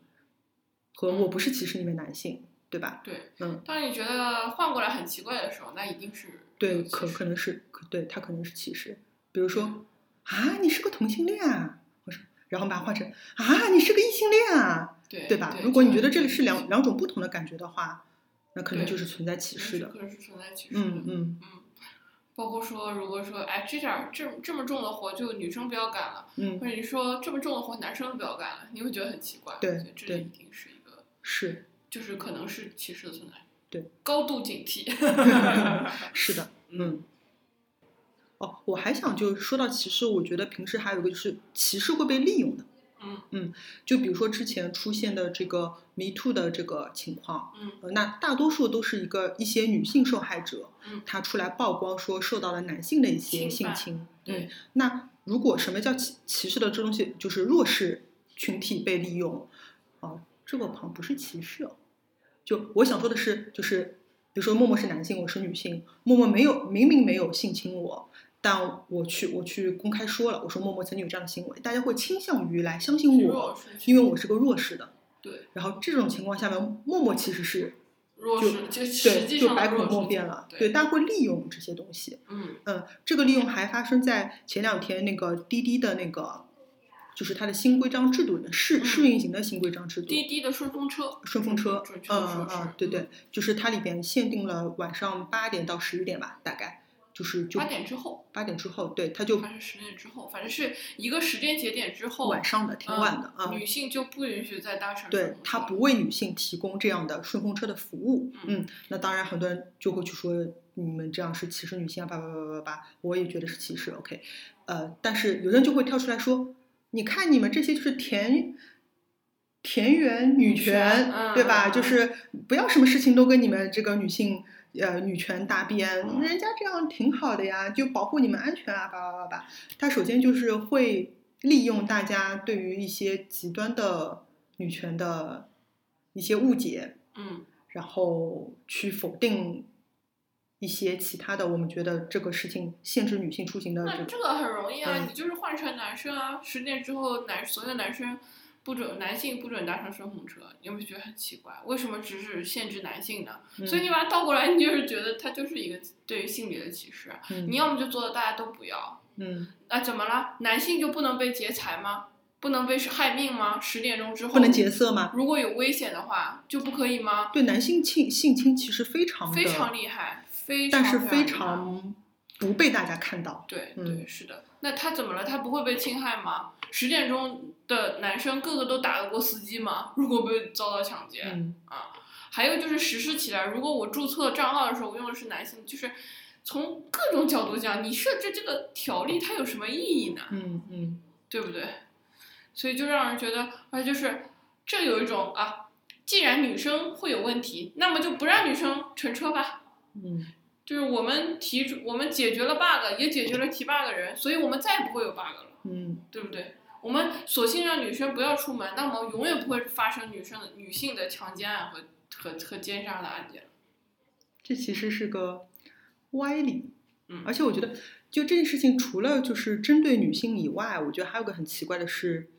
Speaker 2: 和我不是歧视你们男性，对吧？
Speaker 3: 对，
Speaker 2: 嗯，
Speaker 3: 当你觉得换过来很奇怪的时候，那一定是
Speaker 2: 对，
Speaker 3: 嗯歧
Speaker 2: 可
Speaker 3: 视
Speaker 2: 可能是，可对他可能是歧视。比如说啊，你是个同性恋啊，我说，然后把它换成啊，你是个异性恋啊，
Speaker 3: 对
Speaker 2: 对吧？如果你觉得这里是两
Speaker 3: 个
Speaker 2: 两种不同的感觉的话，那可能
Speaker 3: 对
Speaker 2: 就是存在歧
Speaker 3: 歧
Speaker 2: 视的。
Speaker 3: 可能是存在歧视的。
Speaker 2: 嗯嗯
Speaker 3: 包括说，如果说，哎，这点儿这这么重的活就女生不要干了，
Speaker 2: 嗯，
Speaker 3: 或者你说这么重的活男生不要干了，你会觉得很奇怪。
Speaker 2: 对
Speaker 3: 所以这
Speaker 2: 对
Speaker 3: 一定是一个
Speaker 2: 是
Speaker 3: 就是可能是歧视的存在。
Speaker 2: 对，
Speaker 3: 高度警惕。
Speaker 2: 是 的，嗯。哦，我还想就是说到歧视，我觉得平时还有一个就是歧视会被利用的。
Speaker 3: 嗯
Speaker 2: 就比如说之前出现的这个 Me Too 的这个情况，
Speaker 3: 嗯
Speaker 2: 呃那大多数都是一个一些女性受害者，
Speaker 3: 嗯
Speaker 2: 她出来曝光说受到了男性的一些
Speaker 3: 侵
Speaker 2: 性
Speaker 3: 犯
Speaker 2: 侵，
Speaker 3: 对，
Speaker 2: 那如果什么叫歧歧视的这东西，就是弱势群体被利用，啊，这个好像不是歧视哦。就我想说的是，就是比如说默默是男性，我是女性，默默没有明明没有性侵我，但我去我去公开说了，我说默默曾经有这样的行为，大家会倾向于来相信
Speaker 3: 弱
Speaker 2: 我，
Speaker 3: 势群
Speaker 2: 因为我是个弱势的。
Speaker 3: 对
Speaker 2: 然后这种情况下面，默默其实是
Speaker 3: 弱
Speaker 2: 就
Speaker 3: 势，就实
Speaker 2: 对，
Speaker 3: 际
Speaker 2: 就
Speaker 3: 上
Speaker 2: 百
Speaker 3: 的
Speaker 2: 口
Speaker 3: 弱
Speaker 2: 莫
Speaker 3: 势
Speaker 2: 辩了。
Speaker 3: 对，
Speaker 2: 大家会利用这些东西。
Speaker 3: 嗯
Speaker 2: 嗯，这个利用还发生在前两天那个滴滴的那个，就是它的新规章制度里面试试运行的新规章制度。
Speaker 3: 嗯滴滴的顺风车，
Speaker 2: 顺风车
Speaker 3: 准，确地
Speaker 2: 嗯
Speaker 3: 说
Speaker 2: 嗯
Speaker 3: 是，
Speaker 2: 对对，就是它里边限定了晚上八点到十一点吧，大概就是就
Speaker 3: 八点之后
Speaker 2: 八点之后，对，它就
Speaker 3: 还是十点之后，反正是一个时间节点之后，
Speaker 2: 晚上的，挺晚的啊。
Speaker 3: 嗯，女性就不允许再搭乘顺
Speaker 2: 对
Speaker 3: 风，车
Speaker 2: 它不为女性提供这样的顺风车的服务。
Speaker 3: 嗯
Speaker 2: 嗯，那当然，很多人就会去说你们这样是歧视女性啊，叭叭叭叭叭。我也觉得是歧视，OK。呃，但是有人就会跳出来说，你看你们这些就是田。田园女权，
Speaker 3: 权
Speaker 2: 对吧？
Speaker 3: 嗯
Speaker 2: 就是不要什么事情都跟你们这个女性，呃，女权搭边，人家这样挺好的呀，就保护你们安全啊，叭叭叭叭。它首先就是会利用大家对于一些极端的女权的一些误解，
Speaker 3: 嗯
Speaker 2: 然后去否定一些其他的，我们觉得这个事情限制女性出行的
Speaker 3: 那这个很容易啊，
Speaker 2: 嗯
Speaker 3: 你就是换成男生啊，十点之后男所有男生不准男性不准搭乘顺风车，你有没有觉得很奇怪？为什么只是限制男性呢？
Speaker 2: 嗯
Speaker 3: 所以你把它倒过来，你就是觉得它就是一个对于性别的歧视。啊
Speaker 2: 嗯
Speaker 3: 你要么就做到大家都不要，
Speaker 2: 嗯
Speaker 3: 那怎么了？男性就不能被劫财吗？不能被害命吗？十点钟之后
Speaker 2: 不能劫色吗？
Speaker 3: 如果有危险的话就不可以吗？
Speaker 2: 对男性性性侵其实非常的
Speaker 3: 非常厉害，非常
Speaker 2: 但是非
Speaker 3: 厉害
Speaker 2: 常不被大家看到。
Speaker 3: 对
Speaker 2: 嗯
Speaker 3: 对，是的。那他怎么了？他不会被侵害吗？十点钟的男生个个都打得过司机吗？ 如果被遭到抢劫，
Speaker 2: 嗯
Speaker 3: 还有就是实施起来，如果我注册账号的时候我用的是男性，就是从各种角度讲，你设置这个条例它有什么意义呢？
Speaker 2: 嗯嗯
Speaker 3: 对不对？所以就让人觉得，啊，就是这有一种啊，既然女生会有问题，那么就不让女生乘车吧。
Speaker 2: 嗯
Speaker 3: 就是我们提出，我们解决了 bug，也解决了提 bug 的人，所以我们再也不会有 bug 了，
Speaker 2: 嗯
Speaker 3: 对不对？我们索性让女生不要出门，那么永远不会发生女生的女性的强奸案和和和奸杀的案件了。
Speaker 2: 这其实是个歪理。
Speaker 3: 嗯
Speaker 2: 而且我觉得，就这件事情，除了就是针对女性以外，我觉得还有个很奇怪的是，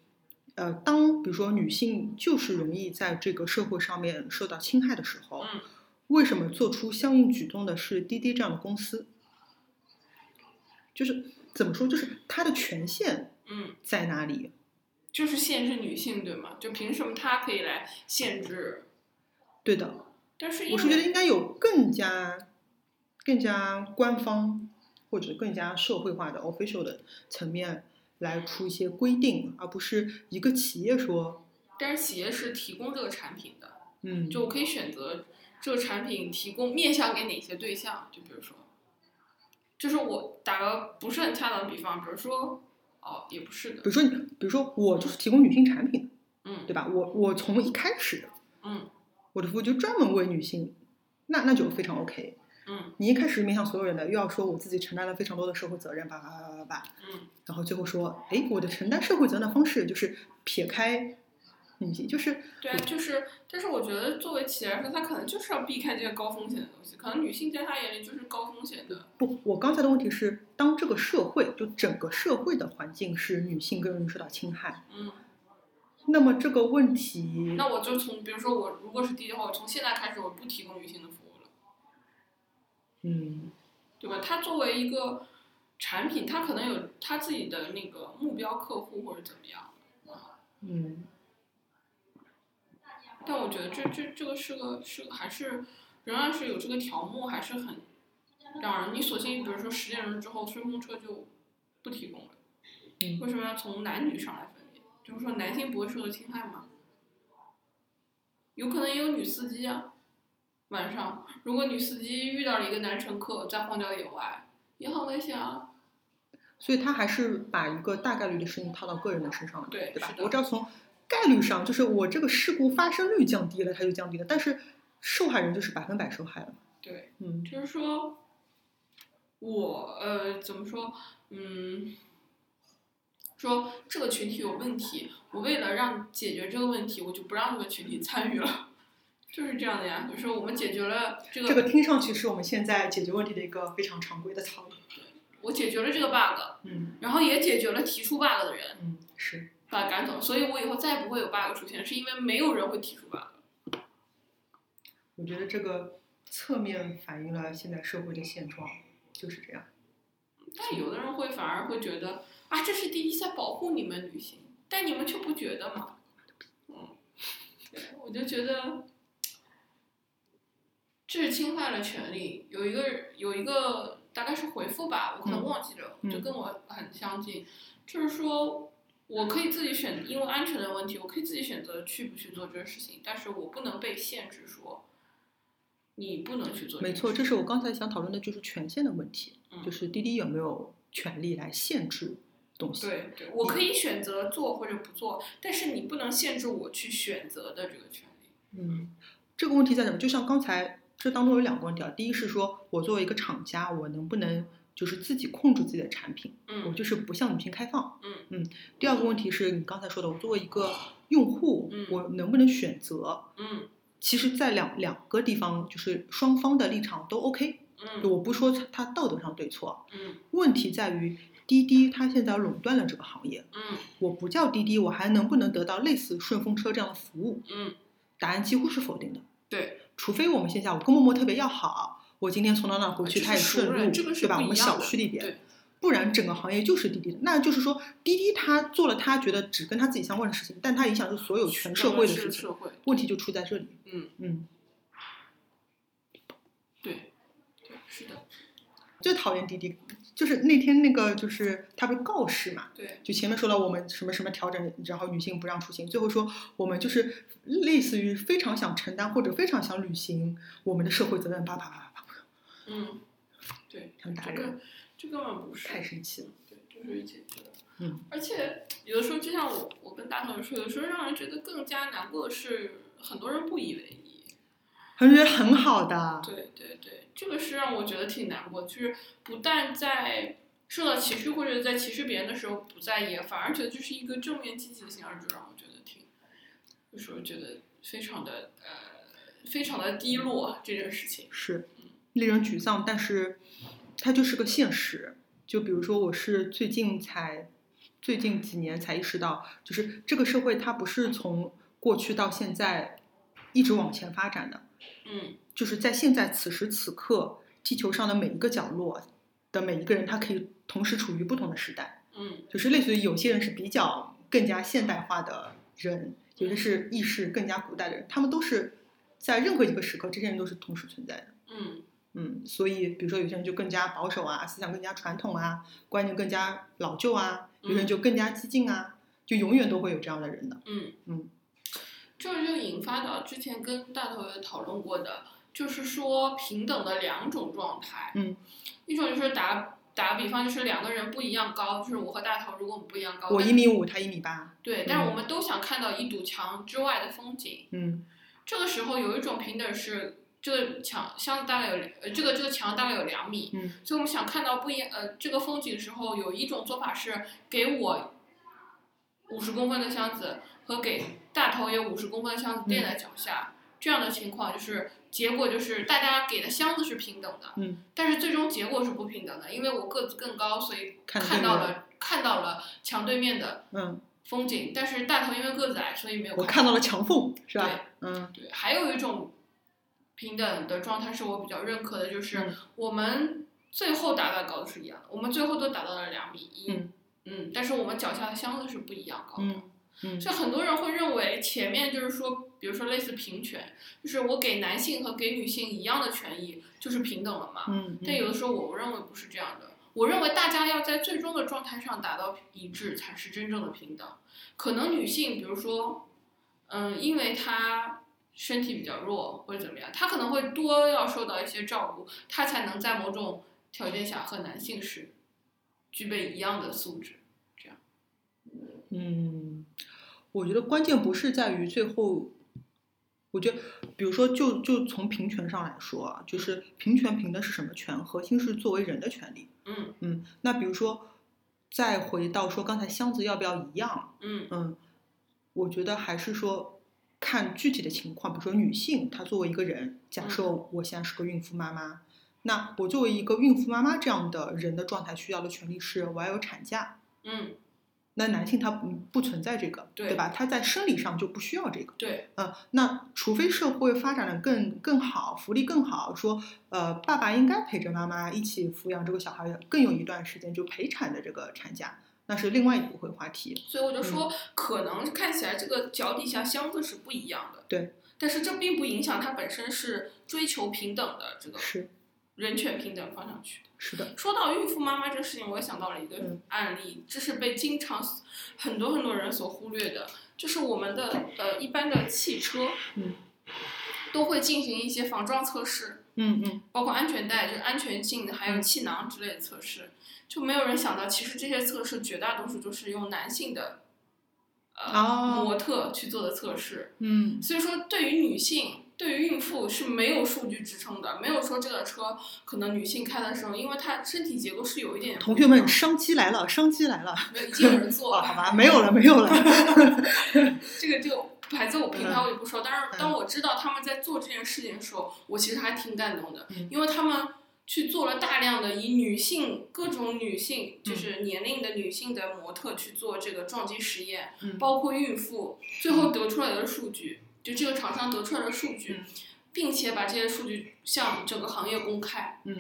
Speaker 2: 呃，当比如说女性就是容易在这个社会上面受到侵害的时候，
Speaker 3: 嗯
Speaker 2: 为什么做出相应举动的是滴滴这样的公司？就是怎么说，就是它的权限
Speaker 3: 嗯，
Speaker 2: 在哪里？
Speaker 3: 就是限制女性，对吗？就凭什么她可以来限制？
Speaker 2: 对的，
Speaker 3: 但是因为
Speaker 2: 我是觉得应该有更加、更加官方或者更加社会化的 official 的层面来出一些规定，而不是一个企业说，
Speaker 3: 但是企业是提供这个产品的，
Speaker 2: 嗯，
Speaker 3: 就我可以选择这个产品提供面向给哪些对象，就比如说，就是我打个不是很恰当的比方，比如说，哦，也不是
Speaker 2: 比
Speaker 3: 的，
Speaker 2: 如说你，比如说我就是提供女性产品，
Speaker 3: 嗯
Speaker 2: 对吧？我我从一开始
Speaker 3: 嗯
Speaker 2: 我的服务就专门为女性，那那就非常 OK。
Speaker 3: 嗯
Speaker 2: 你一开始面向所有人的，又要说我自己承担了非常多的社会责任，叭叭叭叭叭，
Speaker 3: 嗯
Speaker 2: 然后最后说，哎，我的承担社会责任的方式就是撇开女性，就是，
Speaker 3: 对啊，就是，但是我觉得作为企业来说，他可能就是要避开这些高风险的东西，可能女性在他眼里就是高风险的，
Speaker 2: 不，我刚才的问题是，当这个社会就整个社会的环境是女性更容易受到侵害，
Speaker 3: 嗯，
Speaker 2: 那么这个问题，
Speaker 3: 那我就从，比如说我如果是第一的话，我从现在开始我不提供女性的服务了，
Speaker 2: 嗯
Speaker 3: 对吧？它作为一个产品，它可能有它自己的那个目标客户或者怎么样，
Speaker 2: 嗯，
Speaker 3: 但我觉得这这这个是个是个还是仍然是有这个条目，还是很让人你索性比如说十点钟之后顺风车就不提供了，
Speaker 2: 嗯
Speaker 3: 为什么要从男女上来分别？就是说男性不会受到侵害吗？有可能也有女司机啊，晚上如果女司机遇到了一个男乘客在荒郊野外，也很危险啊。
Speaker 2: 所以他还是把一个大概率的事情套到个人的身上了，
Speaker 3: 对
Speaker 2: 对吧
Speaker 3: 是？的
Speaker 2: 我只要从概率上，就是我这个事故发生率降低了，它就降低了，但是受害人就是百分百受害了，
Speaker 3: 对，
Speaker 2: 嗯
Speaker 3: 就是说，我呃怎么说，嗯，说这个群体有问题，我为了让解决这个问题，我就不让这个群体参与了， 就是这样的呀。就是我们解决了这个，
Speaker 2: 这个听上去是我们现在解决问题的一个非常常规的操作，
Speaker 3: 我解决了这个 bug，
Speaker 2: 嗯
Speaker 3: 然后也解决了提出 bug 的人，
Speaker 2: 嗯是，
Speaker 3: 把他赶走，所以我以后再也不会有 bug 出现，是因为没有人会提出 bug。
Speaker 2: 我觉得这个侧面反映了现在社会的现状，就是这样。
Speaker 3: 但有的人会反而会觉得啊，这是第一在保护你们女性，但你们却不觉得嘛。嗯，对我就觉得这是侵害了权利。有一个有一个大概是回复吧，我可能
Speaker 2: 嗯
Speaker 3: 忘记了，
Speaker 2: 嗯
Speaker 3: 就跟我很相近，就是说。我可以自己选，因为安全的问题，我可以自己选择去不去做这个事情，但是我不能被限制说，你不能去做
Speaker 2: 没
Speaker 3: 件事情。
Speaker 2: 错，这是我刚才想讨论的，就是权限的问题，
Speaker 3: 嗯
Speaker 2: 就是滴滴有没有权利来限制东西？
Speaker 3: 对对，我可以选择做或者不做，但是你不能限制我去选择的这个权利。
Speaker 2: 嗯，这个问题在什么？就像刚才这当中有两个问题啊，第一是说我作为一个厂家，我能不能就是自己控制自己的产品，我
Speaker 3: 嗯
Speaker 2: 就是不向女性开放。
Speaker 3: 嗯
Speaker 2: 第二个问题是你刚才说的，我作为一 个用户
Speaker 3: 嗯，
Speaker 2: 我能不能选择？
Speaker 3: 嗯
Speaker 2: 其实，在两两个地方，就是双方的立场都 OK。
Speaker 3: 嗯
Speaker 2: 我不说它道德上对错，
Speaker 3: 嗯
Speaker 2: 问题在于滴滴它现在垄断了这个行业。
Speaker 3: 嗯
Speaker 2: 我不叫滴滴，我还能不能得到类似顺风车这样的服务？
Speaker 3: 嗯，
Speaker 2: 答案几乎是否定的。
Speaker 3: 对，
Speaker 2: 除非我们线下我跟陌陌特别要好，我今天从哪哪回去，
Speaker 3: 啊这
Speaker 2: 它
Speaker 3: 是
Speaker 2: 也
Speaker 3: 熟
Speaker 2: 顺
Speaker 3: 人
Speaker 2: 路，
Speaker 3: 这个是
Speaker 2: 对吧？
Speaker 3: 不
Speaker 2: 我
Speaker 3: 一
Speaker 2: 们
Speaker 3: 样
Speaker 2: 小
Speaker 3: 的
Speaker 2: 区里边，
Speaker 3: 对
Speaker 2: 不然整个行业就是滴滴的。那就是说，滴滴它做了它觉得只跟它自己相关的事情，但它影响是所有全社会的
Speaker 3: 整
Speaker 2: 事
Speaker 3: 个
Speaker 2: 情。
Speaker 3: 社会，
Speaker 2: 问题就出在这里。
Speaker 3: 嗯
Speaker 2: 嗯，
Speaker 3: 对对是的，
Speaker 2: 最讨厌滴滴，就是那天那个就是他不是告示嘛，
Speaker 3: 对
Speaker 2: 就前面说了我们什么什么调整，然后女性不让出行，最后说我们就是类似于非常想承担或者非常想履行我们的社会责任，啪啪啪啪啪，
Speaker 3: 嗯对，
Speaker 2: 想打
Speaker 3: 这
Speaker 2: 人
Speaker 3: 个，这根本不是
Speaker 2: 太生气了。
Speaker 3: 对，就是解决的。
Speaker 2: 嗯，
Speaker 3: 而且有的时候，就像我我跟大同说，有的时候让人觉得更加难过的是，很多人不以为意。
Speaker 2: 我觉得很好的，
Speaker 3: 对对对，这个是让我觉得挺难过，就是不但在受到歧视或者在歧视别人的时候不在意，反而觉得这是一个正面积极的形象，就让我觉得挺，就是我觉得非常的呃，非常的低落这件事情。
Speaker 2: 是令人沮丧，但是它就是个现实。就比如说，我是最近才最近几年才意识到，就是这个社会它不是从过去到现在一直往前发展的，
Speaker 3: 嗯
Speaker 2: 就是在现在此时此刻，地球上的每一个角落的每一个人，他可以同时处于不同的时代。
Speaker 3: 嗯
Speaker 2: 就是类似于有些人是比较更加现代化的人，有些是意识更加古代的人，他们都是在任何一个时刻，这些人都是同时存在的。
Speaker 3: 嗯
Speaker 2: 嗯，所以比如说有些人就更加保守啊，思想更加传统啊，观念更加老旧啊，有些人就更加激进啊，就永远都会有这样的人的。
Speaker 3: 嗯
Speaker 2: 嗯，
Speaker 3: 这就引发到之前跟大头也讨论过的，就是说平等的两种状态。
Speaker 2: 嗯，
Speaker 3: 一种就是打打比方，就是两个人不一样高，就是我和大头如果我们不一样高，
Speaker 2: 我
Speaker 3: 但
Speaker 2: 一米五，他一米八，
Speaker 3: 对，但是
Speaker 2: 嗯
Speaker 3: 我们都想看到一堵墙之外的风景。
Speaker 2: 嗯
Speaker 3: 这个时候有一种平等是，这个墙箱子大概有两呃这个这个墙大概有两米，
Speaker 2: 嗯
Speaker 3: 所以我们想看到不一样呃这个风景的时候，有一种做法是给我五十公分的箱子和给大头也五十公分的箱子垫在
Speaker 2: 嗯
Speaker 3: 脚下，这样的情况就是结果就是大家给的箱子是平等的，
Speaker 2: 嗯，
Speaker 3: 但是最终结果是不平等的，因为我个子更高，所以
Speaker 2: 看得
Speaker 3: 看
Speaker 2: 更
Speaker 3: 到
Speaker 2: 远
Speaker 3: 了看到了墙对面的
Speaker 2: 嗯，
Speaker 3: 风景，但是大头因为个子矮，所以没有
Speaker 2: 我看到了墙缝，是吧？嗯
Speaker 3: 对，还有一种平等的状态是我比较认可的，就是
Speaker 2: 嗯
Speaker 3: 我们最后达到的高度是一样的，我们最后都达到了两米一。
Speaker 2: 嗯
Speaker 3: 嗯但是我们脚下的箱子是不一样高的。
Speaker 2: 嗯嗯
Speaker 3: 所以很多人会认为前面就是说，比如说类似平权，就是我给男性和给女性一样的权益，就是平等了嘛。
Speaker 2: 嗯，
Speaker 3: 但有的时候我认为不是这样的，我认为大家要在最终的状态上达到一致，才是真正的平等。可能女性，比如说，嗯，因为她身体比较弱或者怎么样，她可能会多要受到一些照顾，她才能在某种条件下和男性是具备一样的素质。
Speaker 2: 嗯，我觉得关键不是在于最后，我觉得，比如说就，就从平权上来说啊，就是平权平的是什么权？核心是作为人的权利。
Speaker 3: 嗯
Speaker 2: 嗯，那比如说，再回到说刚才箱子要不要一样？
Speaker 3: 嗯
Speaker 2: 嗯，我觉得还是说看具体的情况，比如说女性，她作为一个人，
Speaker 3: 嗯
Speaker 2: 假设我现在是个孕妇妈妈，那我作为一个孕妇妈妈这样的人的状态，需要的权利是我要有产假。
Speaker 3: 嗯，
Speaker 2: 那男性他不不存在这个，
Speaker 3: 对
Speaker 2: 吧？他在生理上就不需要这个，
Speaker 3: 对，
Speaker 2: 呃，那除非社会发展的更更好，福利更好，说呃，爸爸应该陪着妈妈一起抚养这个小孩，更有一段时间就陪产的这个产假，那是另外一部分话题。
Speaker 3: 所以我就说，可能看起来这个脚底下箱子是不一样的。
Speaker 2: 对。
Speaker 3: 但是这并不影响它本身是追求平等的这个
Speaker 2: 是
Speaker 3: 人权平等方向去。
Speaker 2: 是的，
Speaker 3: 说到孕妇妈妈这个事情，我也想到了一个
Speaker 2: 嗯
Speaker 3: 案例，这是被经常很多很多人所忽略的，就是我们的呃一般的汽车
Speaker 2: 嗯
Speaker 3: 都会进行一些防撞测试，
Speaker 2: 嗯嗯
Speaker 3: 包括安全带，就是安全性的，还有
Speaker 2: 嗯
Speaker 3: 气囊之类的测试，就没有人想到，其实这些测试绝大多数都是用男性的呃、
Speaker 2: 哦
Speaker 3: 模特去做的测试，
Speaker 2: 嗯
Speaker 3: 所以说，对于女性，对于孕妇是没有数据支撑的，没有说这个车可能女性开的时候，因为她身体结构是有一点。
Speaker 2: 同学们，商机来了，商机来了！
Speaker 3: 没有已经有人做
Speaker 2: 哇，
Speaker 3: 了，
Speaker 2: 好吧，没有了，没有 了。嗯
Speaker 3: 这个这个牌子我平常我就不说，但
Speaker 2: 嗯
Speaker 3: 是当我知道他们在做这件事情的时候，我其实还挺感动的
Speaker 2: 嗯，
Speaker 3: 因为他们去做了大量的以女性各种女性
Speaker 2: 嗯
Speaker 3: 就是年龄的女性的模特去做这个撞击实验，
Speaker 2: 嗯
Speaker 3: 包括孕妇，最后得出来的数据，就这个厂商得出来的数据
Speaker 2: 嗯，
Speaker 3: 并且把这些数据向整个行业公开，
Speaker 2: 嗯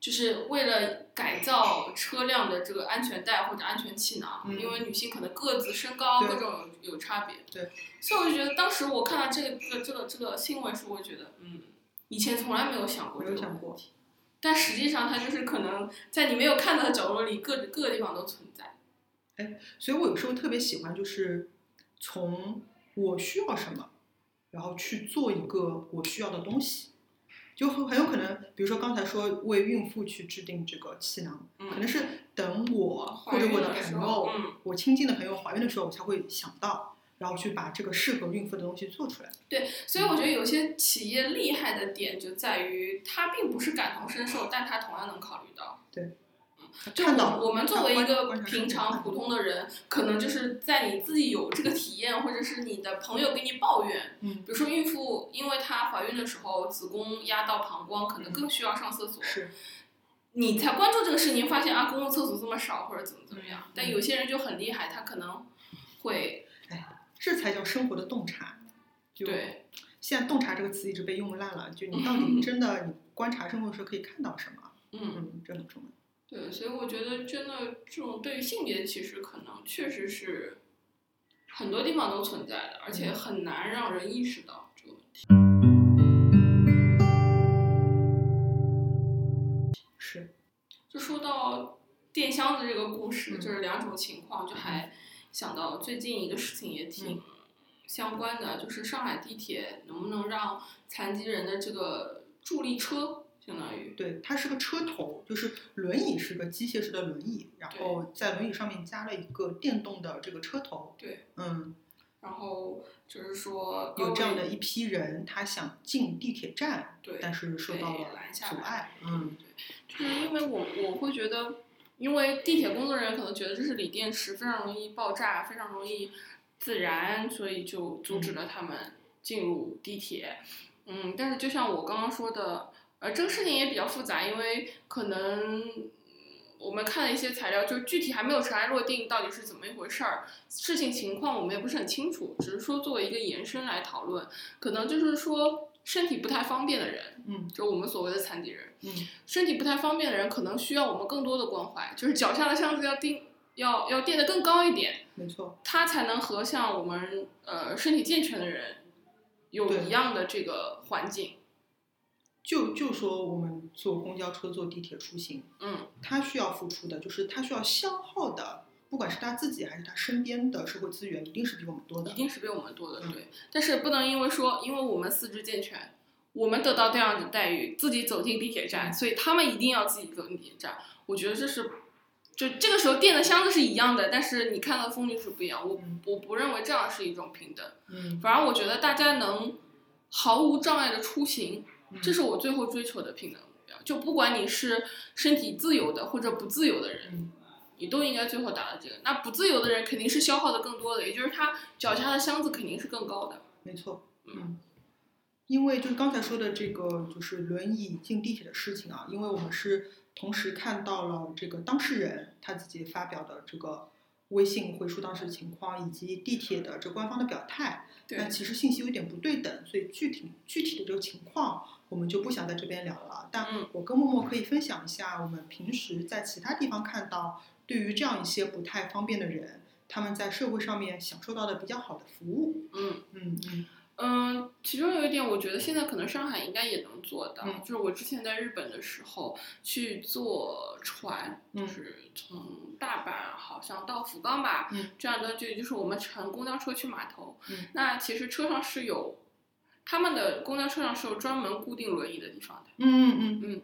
Speaker 3: 就是为了改造车辆的这个安全带或者安全气囊，
Speaker 2: 嗯
Speaker 3: 因为女性可能个子、身高
Speaker 2: 对
Speaker 3: 各种有有差别。
Speaker 2: 对，
Speaker 3: 所以我就觉得当时我看到这个这个这个这个新闻时，我觉得嗯，以前从来没有想过
Speaker 2: 没
Speaker 3: 这
Speaker 2: 有
Speaker 3: 个问
Speaker 2: 想
Speaker 3: 题，
Speaker 2: 过，
Speaker 3: 但实际上它就是可能在你没有看到的角落里，各各个地方都存在。
Speaker 2: 所以我有时候特别喜欢，就是从我需要什么，然后去做一个我需要的东西，就很很有可能，比如说刚才说为孕妇去制定这个气囊，可能
Speaker 3: 嗯，
Speaker 2: 是等我或
Speaker 3: 怀
Speaker 2: 者
Speaker 3: 孕
Speaker 2: 我的
Speaker 3: 的时
Speaker 2: 朋
Speaker 3: 候
Speaker 2: 友，，
Speaker 3: 嗯，
Speaker 2: 我亲近的朋友怀孕的时候，我才会想到，然后去把这个适合孕妇的东西做出来。
Speaker 3: 所以我觉
Speaker 2: 嗯
Speaker 3: 得有些企业厉害的点就在于它并不是感同身受，但它同样能考虑到。就
Speaker 2: 看到
Speaker 3: 我我们作为一个平常普
Speaker 2: 通，
Speaker 3: 通的人，可能就是在你自己有这个体验，或者是你的朋友给你抱怨，
Speaker 2: 嗯
Speaker 3: 比，如说孕妇，因为她怀孕的时候子宫压到膀胱，可能更需要上厕所。
Speaker 2: 嗯是
Speaker 3: 你才关注这个事情，发现啊，公共厕所这么少，或者怎么怎么样
Speaker 2: 嗯。
Speaker 3: 但有些人就很厉害，他可能会
Speaker 2: 这才叫生活的洞察。就
Speaker 3: 对
Speaker 2: 现在“洞察”这个词一直被用烂了，就 你到底真的你观察生活的时候可以看到什么？
Speaker 3: 嗯
Speaker 2: 嗯，这很重要。
Speaker 3: 对，所以我觉得真的这种对于性别歧视，可能确实是很多地方都存在的，而且
Speaker 2: 嗯
Speaker 3: 很难让人意识到这个问题。
Speaker 2: 是，
Speaker 3: 就说到电箱子这个故事，
Speaker 2: 嗯
Speaker 3: 就是两种情况，就还想到最近一个事情也
Speaker 2: 嗯
Speaker 3: 挺相关的，就是上海地铁能不能让残疾人的这个助力车，相当于
Speaker 2: 对，它是个车头，就是轮椅是个机械式的轮椅，然后在轮椅上面加了一个电动的这个车头。
Speaker 3: 对，
Speaker 2: 嗯，
Speaker 3: 然后就是说
Speaker 2: 有这样
Speaker 3: 高
Speaker 2: 的
Speaker 3: 位
Speaker 2: 一批人，他想进地铁站，
Speaker 3: 对，
Speaker 2: 但是受到
Speaker 3: 被
Speaker 2: 了
Speaker 3: 拦下
Speaker 2: 阻
Speaker 3: 来
Speaker 2: 碍。嗯，
Speaker 3: 就是因为我我会觉得，因为地铁工作人员可能觉得这是锂电池，非常容易爆炸，非常容易自燃，所以就阻止了他们进入地铁。嗯，但是就像我刚刚说的，呃，这个事情也比较复杂，因为可能嗯我们看了一些材料，就具体还没有尘埃落定，到底是怎么一回事儿，事情情况我们也不是很清楚，只是说作为一个延伸来讨论，可能就是说身体不太方便的人，
Speaker 2: 嗯
Speaker 3: 就我们所谓的残疾人，
Speaker 2: 嗯，
Speaker 3: 身体不太方便的人，可能需要我们更多的关怀，就是脚下的箱子要定要要垫得更高一点，
Speaker 2: 没错，
Speaker 3: 它才能和像我们呃身体健全的人有
Speaker 2: 对
Speaker 3: 一样的这个环境。
Speaker 2: 就就说我们坐公交车、坐地铁出行，
Speaker 3: 嗯，
Speaker 2: 他需要付出的，就是他需要消耗的，不管是他自己还是他身边的社会资源，一定是比我们多
Speaker 3: 一
Speaker 2: 的。
Speaker 3: 定是比我们多的，
Speaker 2: 嗯
Speaker 3: 对。但是不能因为说，因为我们四肢健全，我们得到这样的待遇，自己走进地铁
Speaker 2: 嗯
Speaker 3: 站，所以他们一定要自己走进地铁站。我觉得这是，就这个时候垫的箱子是一样的，但是你看到的风景是不一样。我
Speaker 2: 嗯
Speaker 3: 我不认为这样是一种平等。
Speaker 2: 嗯，
Speaker 3: 反而我觉得大家能毫无障碍的出行，
Speaker 2: 嗯
Speaker 3: 这是我最后追求的平等目标。就不管你是身体自由的或者不自由的人，
Speaker 2: 嗯
Speaker 3: 你都应该最后达到这个。那不自由的人肯定是消耗的更多的，也就是他脚下的箱子肯定是更高的。
Speaker 2: 没错，
Speaker 3: 嗯
Speaker 2: 嗯，因为就是刚才说的这个就是轮椅进地铁的事情啊，因为我们是同时看到了这个当事人他自己发表的这个微信回述当时情况，以及地铁的这官方的表态，
Speaker 3: 对
Speaker 2: 但其实信息有点不对等，所以具体具体的这个情况我们就不想在这边聊了。但
Speaker 3: 嗯
Speaker 2: 我跟默默可以分享一下，我们平时在其他地方看到对于这样一些不太方便的人，他们在社会上面享受到的比较好的服务。
Speaker 3: 嗯
Speaker 2: 嗯嗯。
Speaker 3: 嗯，其中有一点，我觉得现在可能上海应该也能做到，
Speaker 2: 嗯
Speaker 3: 就是我之前在日本的时候去坐船，
Speaker 2: 嗯
Speaker 3: 就是从大阪好像到福冈吧，
Speaker 2: 嗯
Speaker 3: 这样的距离，就是我们乘公交车去码头。
Speaker 2: 嗯
Speaker 3: 那其实车上是有，他们的公交车上是有专门固定轮椅的地方的。
Speaker 2: 嗯嗯嗯，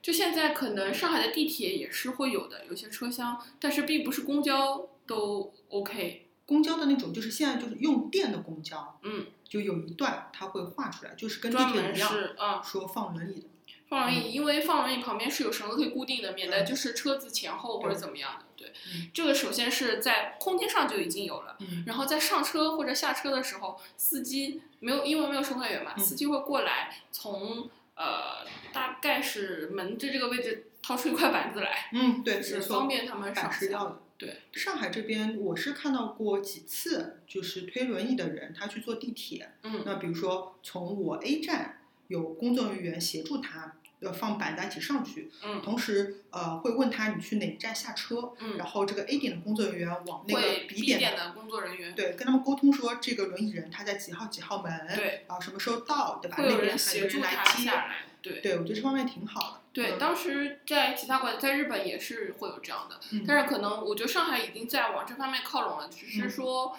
Speaker 3: 就现在可能上海的地铁也是会有的，有些车厢，但是并不是公交都 OK。
Speaker 2: 公交的那种，就是现在就是用电的公交，
Speaker 3: 嗯，
Speaker 2: 就有一段它会画出来，就是跟地
Speaker 3: 专
Speaker 2: 铁
Speaker 3: 门
Speaker 2: 一样，
Speaker 3: 是啊，
Speaker 2: 说放轮椅的。
Speaker 3: 放
Speaker 2: 嗯
Speaker 3: 轮椅，因为放轮椅旁边是有绳子可以固定的，免得就是车子前后或者
Speaker 2: 对
Speaker 3: 怎么样的。对
Speaker 2: 嗯，
Speaker 3: 这个首先是在空间上就已经有了。
Speaker 2: 嗯
Speaker 3: 然后在上车或者下车的时候，司机没有因为没有售票员嘛，
Speaker 2: 嗯
Speaker 3: 司机会过来从呃大概是门的这个位置掏出一块板子来，
Speaker 2: 嗯，对，
Speaker 3: 是
Speaker 2: 没错，
Speaker 3: 方便他们
Speaker 2: 板
Speaker 3: 上
Speaker 2: 是
Speaker 3: 下。
Speaker 2: 要的。
Speaker 3: 对，
Speaker 2: 上海这边我是看到过几次，就是推轮椅的人他去坐地铁，
Speaker 3: 嗯
Speaker 2: 那比如说从我 A 站有工作人员协助他，呃，放板子一起上去，
Speaker 3: 嗯
Speaker 2: 同时呃会问他你去哪站下车，
Speaker 3: 嗯，
Speaker 2: 然后这个 A 点的工作人员往那
Speaker 3: 会
Speaker 2: 个
Speaker 3: B
Speaker 2: 点
Speaker 3: 点的工作人员
Speaker 2: 对，跟他们沟通说这个轮椅人他在几号几号门，
Speaker 3: 对，
Speaker 2: 然后什么时候到，对吧？
Speaker 3: 会有
Speaker 2: 那边
Speaker 3: 人
Speaker 2: 还有
Speaker 3: 协助
Speaker 2: 人来
Speaker 3: 他
Speaker 2: 接
Speaker 3: 下。来。对
Speaker 2: 对，我觉得这方面挺好的。
Speaker 3: 对，
Speaker 2: 嗯
Speaker 3: 当时在其他国家，在日本也是会有这样的，
Speaker 2: 嗯
Speaker 3: 但是可能我觉得上海已经在往这方面靠拢了，只是
Speaker 2: 嗯
Speaker 3: 说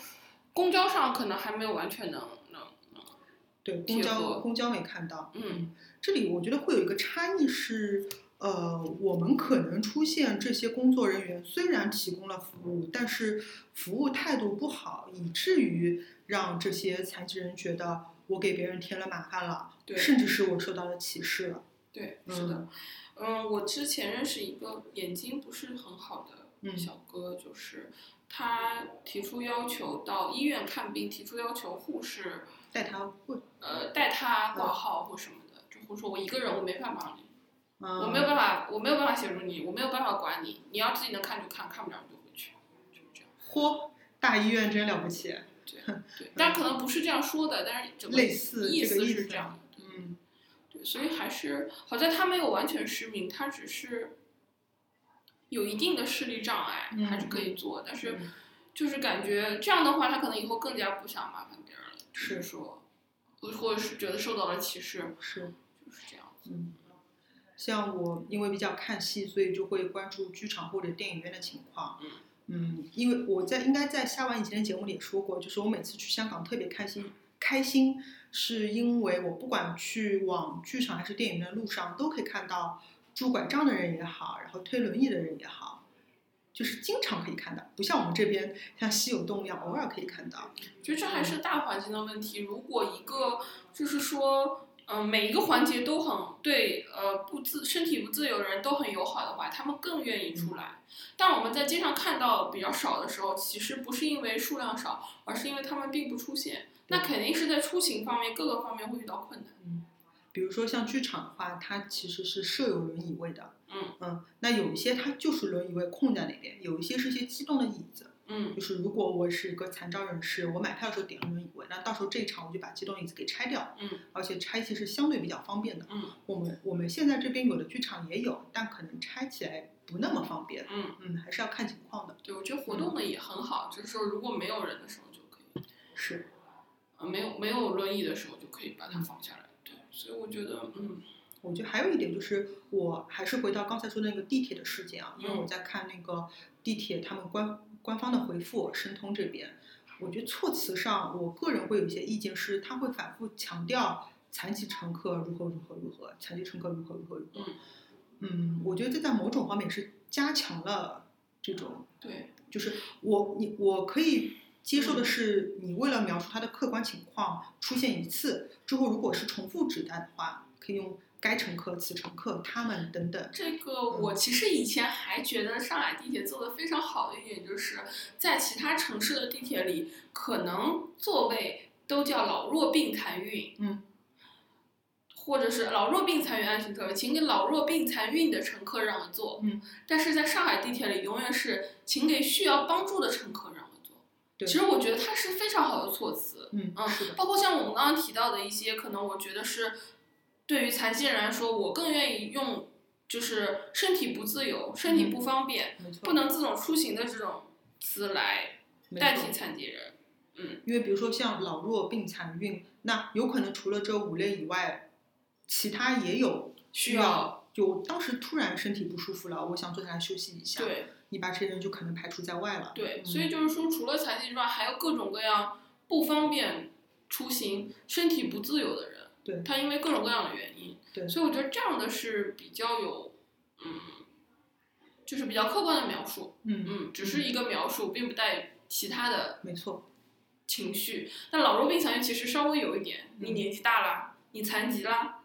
Speaker 3: 公交上可能还没有完全能能
Speaker 2: 对公
Speaker 3: 贴
Speaker 2: 交
Speaker 3: 合
Speaker 2: 公交没看到，
Speaker 3: 嗯
Speaker 2: 这里我觉得会有一个差异是，呃，我们可能出现这些工作人员虽然提供了服务，但是服务态度不好，以至于让这些残疾人觉得我给别人添了麻烦了，
Speaker 3: 对
Speaker 2: 甚至是我受到了歧视了。
Speaker 3: 对，是的，嗯，我之前认识一个眼睛不是很好的
Speaker 2: 嗯
Speaker 3: 小哥，就是他提出要求到医院看病，提出要求护士
Speaker 2: 带他会，
Speaker 3: 呃带他挂
Speaker 2: 嗯
Speaker 3: 号或什么的，就护士说我一个人我没办法帮你，
Speaker 2: 嗯，
Speaker 3: 我没有办法，我没有办法协助你，我没有办法管你，你要自己能看就看，看不了你就回去，就是这样。
Speaker 2: 嚯，大医院真了不起。
Speaker 3: 对，但可能不是这样说的，但是整个
Speaker 2: 嗯类似
Speaker 3: 意
Speaker 2: 这个
Speaker 3: 思
Speaker 2: 意
Speaker 3: 是
Speaker 2: 思
Speaker 3: 这样的。对
Speaker 2: 嗯
Speaker 3: 对，所以还是好在他没有完全失明，他只是有一定的视力障碍，
Speaker 2: 嗯
Speaker 3: 还是可以做。但是
Speaker 2: 嗯
Speaker 3: 就是感觉这样的话，他可能以后更加不想麻烦别人了，就是是说，或者是觉得受到了歧视，
Speaker 2: 是，
Speaker 3: 就是这样。
Speaker 2: 嗯，像我因为比较看戏，所以就会关注剧场或者电影院的情况。
Speaker 3: 嗯
Speaker 2: 嗯，因为我在应该在下完以前的节目里也说过，就是我每次去香港特别开心，开心是因为我不管去往剧场还是电影院的路上，都可以看到拄拐杖的人也好，然后推轮椅的人也好。就是经常可以看到，不像我们这边像稀有动物一样偶尔可以看到。
Speaker 3: 觉得这还是大环境的问题。如果一个就是说，嗯、每一个环节都很对，呃，不自身体不自由的人都很友好的话，他们更愿意出来。但我们在街上看到比较少的时候，其实不是因为数量少，而是因为他们并不出现。那肯定是在出行方面各个方面会遇到困难。
Speaker 2: 比如说像剧场的话，它其实是设有轮椅位的，
Speaker 3: 嗯
Speaker 2: 那有一些它就是轮椅位空在那边，有一些是一些机动的椅子。
Speaker 3: 嗯
Speaker 2: 就是如果我是一个残障人士，我买票的时候点了轮椅位，那到时候这一场我就把机动椅子给拆掉，
Speaker 3: 嗯，
Speaker 2: 而且拆其实相对比较方便的。
Speaker 3: 嗯
Speaker 2: 我们我们现在这边有的剧场也有，但可能拆起来不那么方便，
Speaker 3: 嗯，
Speaker 2: 嗯，还是要看情况的。
Speaker 3: 对，我觉得活动的也很好，就是说如果没有人的时候就可以。
Speaker 2: 是，
Speaker 3: 呃，没有没有轮椅的时候就可以把它放下来，对，所以我觉得，嗯
Speaker 2: 我觉得还有一点就是，我还是回到刚才说的那个地铁的事件啊，因为
Speaker 3: 嗯
Speaker 2: 我在看那个地铁他们官官方的回复，申通这边，我觉得措辞上，我个人会有一些意见是，他会反复强调残疾乘客如何如何如何，残疾乘客如何如何如何
Speaker 3: 嗯。
Speaker 2: 嗯，我觉得这在某种方面是加强了这种，
Speaker 3: 对，
Speaker 2: 就是我你我可以。接
Speaker 3: 嗯
Speaker 2: 受的是，你为了描述他的客观情况，出现一次之后，如果是重复指代的话，可以用该乘客、此乘客、他们等等。
Speaker 3: 这个
Speaker 2: 嗯
Speaker 3: 我其实以前还觉得上海地铁做的非常好的一点，就是在其他城市的地铁里，可能座位都叫老弱病残孕，
Speaker 2: 嗯，
Speaker 3: 或者是老弱病残孕安全座位，请给老弱病残孕的乘客让我坐，
Speaker 2: 嗯，
Speaker 3: 但是在上海地铁里永远是请给需要帮助的乘客让我坐。
Speaker 2: 对
Speaker 3: 其实我觉得它是非常好的措辞，
Speaker 2: 嗯
Speaker 3: 嗯
Speaker 2: 是的，
Speaker 3: 包括像我们刚刚提到的一些，可能我觉得是对于残疾人来说，我更愿意用就是身体不自由、身体不方便、
Speaker 2: 嗯没错，
Speaker 3: 不能自主出行的这种词来
Speaker 2: 没
Speaker 3: 代
Speaker 2: 错
Speaker 3: 替残疾人。
Speaker 2: 因为比如说像老弱病残孕，那有可能除了这五类以外，其他也有
Speaker 3: 需
Speaker 2: 要
Speaker 3: 要。
Speaker 2: 就当时突然身体不舒服了，我想坐下来休息一下，
Speaker 3: 对
Speaker 2: 你把这些人就可能排除在外了。
Speaker 3: 对，
Speaker 2: 嗯
Speaker 3: 所以就是说，除了残疾之外，还有各种各样不方便出行、身体不自由的人。
Speaker 2: 对
Speaker 3: 他因为各种各样的原因。
Speaker 2: 对
Speaker 3: 所以我觉得这样的是比较有，嗯，就是比较客观的描述。
Speaker 2: 嗯，
Speaker 3: 嗯，只是一个描述，并不带其他的
Speaker 2: 没错，
Speaker 3: 情绪。但老弱病残其实稍微有一点，你
Speaker 2: 嗯
Speaker 3: 年纪大了，你残疾啦，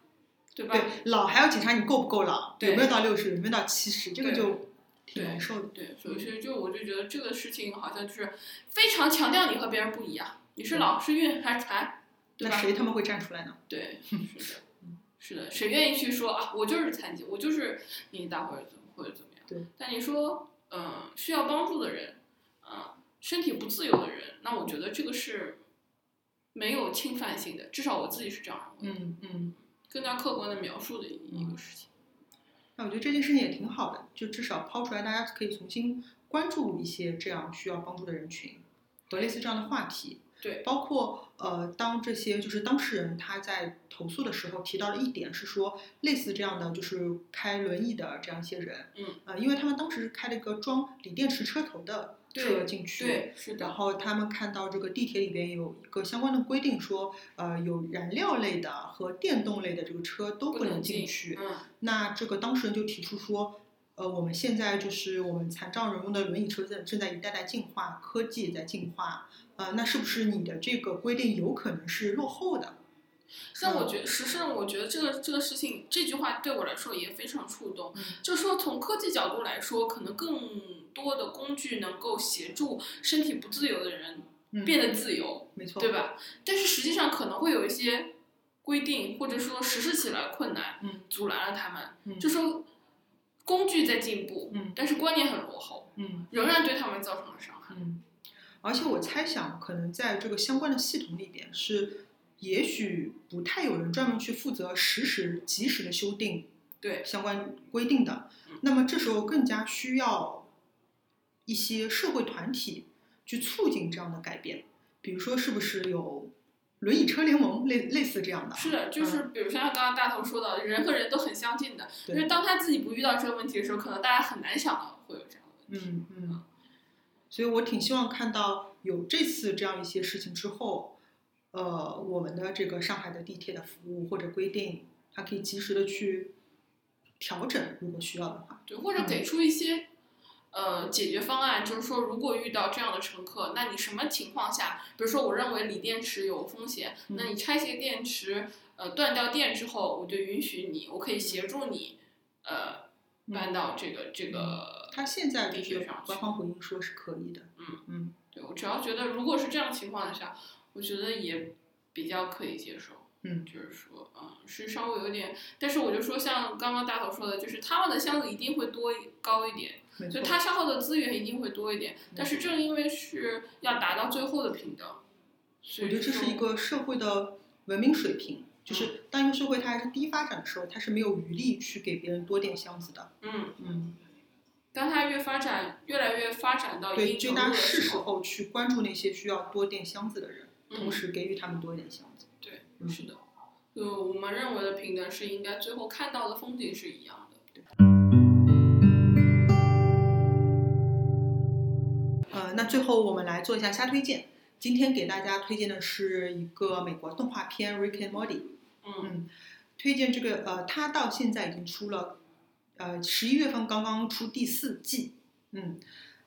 Speaker 3: 对吧？
Speaker 2: 对，老还要检查你够不够老，
Speaker 3: 对
Speaker 2: 有没有到六十，有没有到七十，这个
Speaker 3: 对
Speaker 2: 就挺
Speaker 3: 对
Speaker 2: 难受的。
Speaker 3: 对，所以其实就我就觉得这个事情好像就是非常强调你和别人不一样，你是老是孕还是残，对
Speaker 2: 那
Speaker 3: 吧？
Speaker 2: 谁他们会站出来呢？
Speaker 3: 对，是的，嗯是的，谁愿意去说啊？我就是残疾，我就是年纪大或者怎么或者怎么样？
Speaker 2: 对。
Speaker 3: 但你说，嗯、需要帮助的人，啊、身体不自由的人，那我觉得这个是没有侵犯性的，至少我自己是这样认为，
Speaker 2: 嗯嗯，
Speaker 3: 更加客观的描述的一一个事情。
Speaker 2: 那我觉得这件事情也挺好的，就至少抛出来，大家可以重新关注一些这样需要帮助的人群和类似这样的话题。
Speaker 3: 对
Speaker 2: 包括呃，当这些就是当事人他在投诉的时候提到的一点是说，类似这样的就是开轮椅的这样一些人，
Speaker 3: 嗯，
Speaker 2: 呃，因为他们当时是开了一个装锂电池车头的车
Speaker 3: 对
Speaker 2: 进去，
Speaker 3: 对，是
Speaker 2: 然
Speaker 3: 的，
Speaker 2: 后他们看到这个地铁里边有一个相关的规定说，呃，有燃料类的和电动类的这个车都
Speaker 3: 不
Speaker 2: 不
Speaker 3: 能
Speaker 2: 能进
Speaker 3: 进
Speaker 2: 去。
Speaker 3: 嗯，
Speaker 2: 那这个当事人就提出说，呃，我们现在就是我们残障人用的轮椅车正正在一代代进化，科技也在进化，呃，那是不是你的这个规定有可能是落后的？
Speaker 3: 但我觉得，实际上我觉得这个这个事情，这句话对我来说也非常触动。
Speaker 2: 嗯
Speaker 3: 就是说，从科技角度来说，可能更多的工具能够协助身体不自由的人
Speaker 2: 嗯
Speaker 3: 变得自由，
Speaker 2: 没错，
Speaker 3: 对？吧？但是实际上可能会有一些规定，或者说实施起来困难，
Speaker 2: 嗯
Speaker 3: 阻拦了他们。
Speaker 2: 嗯
Speaker 3: 就说工具在进步，
Speaker 2: 嗯
Speaker 3: 但是观念很落后，
Speaker 2: 嗯。
Speaker 3: 仍然对他们造成了伤害。
Speaker 2: 嗯，而且我猜想，可能在这个相关的系统里边是，也许不太有人专门去负责实时、及时的修订
Speaker 3: 对，
Speaker 2: 相关规定的。
Speaker 3: 嗯
Speaker 2: 那么这时候更加需要一些社会团体去促进这样的改变，比如说是不是有轮椅车联盟类类似这样的？
Speaker 3: 是的，就是比如像刚刚大头说到的，人和人都很相近的，
Speaker 2: 嗯对
Speaker 3: 因为当他自己不遇到这个问题的时候，可能大家很难想到会有这样的问题。
Speaker 2: 嗯嗯，所以我挺希望看到有这次这样一些事情之后，呃，我们的这个上海的地铁的服务或者规定，它可以及时的去调整，如果需要的话。
Speaker 3: 对，或者给
Speaker 2: 嗯
Speaker 3: 出一些呃解决方案，就是说，如果遇到这样的乘客，那你什么情况下，比如说我认为锂电池有风险，
Speaker 2: 嗯
Speaker 3: 那你拆卸电池，呃，断掉电之后，我就允许你，我可以
Speaker 2: 嗯
Speaker 3: 协助你，呃，搬到这个这个，
Speaker 2: 它现在就
Speaker 3: 地铁
Speaker 2: 是
Speaker 3: 上去
Speaker 2: 官方回应说是可以的。
Speaker 3: 嗯
Speaker 2: 嗯，
Speaker 3: 对我只要觉得如果是这样的情况下，我觉得也比较可以接受。
Speaker 2: 嗯
Speaker 3: 就是说，嗯，是稍微有点，但是我就说，像刚刚大头说的，就是他们的箱子一定会多一高一点，
Speaker 2: 没
Speaker 3: 就
Speaker 2: 错。
Speaker 3: 它消耗的资源一定会多一点，但是正因为是要达到最后的平等，所
Speaker 2: 我
Speaker 3: 以
Speaker 2: 觉得这是一
Speaker 3: 说
Speaker 2: 个社会的文明水平，
Speaker 3: 嗯
Speaker 2: 就是当一个社会它还是低发展的时候，它是没有余力去给别人多点箱子的。
Speaker 3: 嗯，
Speaker 2: 嗯，
Speaker 3: 当它越发展越来越发展到一
Speaker 2: 对，就
Speaker 3: 定程度
Speaker 2: 大
Speaker 3: 的
Speaker 2: 家是
Speaker 3: 时
Speaker 2: 时
Speaker 3: 候，
Speaker 2: 候去关注那些需要多垫箱子的人，同
Speaker 3: 嗯，
Speaker 2: 时给予他们多一点箱子。
Speaker 3: 对，
Speaker 2: 嗯
Speaker 3: 是的，就我们认为的平等是应该最后看到的风景是一样的，
Speaker 2: 呃，那最后我们来做一下瞎推荐。今天给大家推荐的是一个美国动画片《Rick and Morty》，
Speaker 3: 嗯
Speaker 2: 推荐这个呃，它到现在已经出了，呃，十一月份刚刚出第四季。嗯，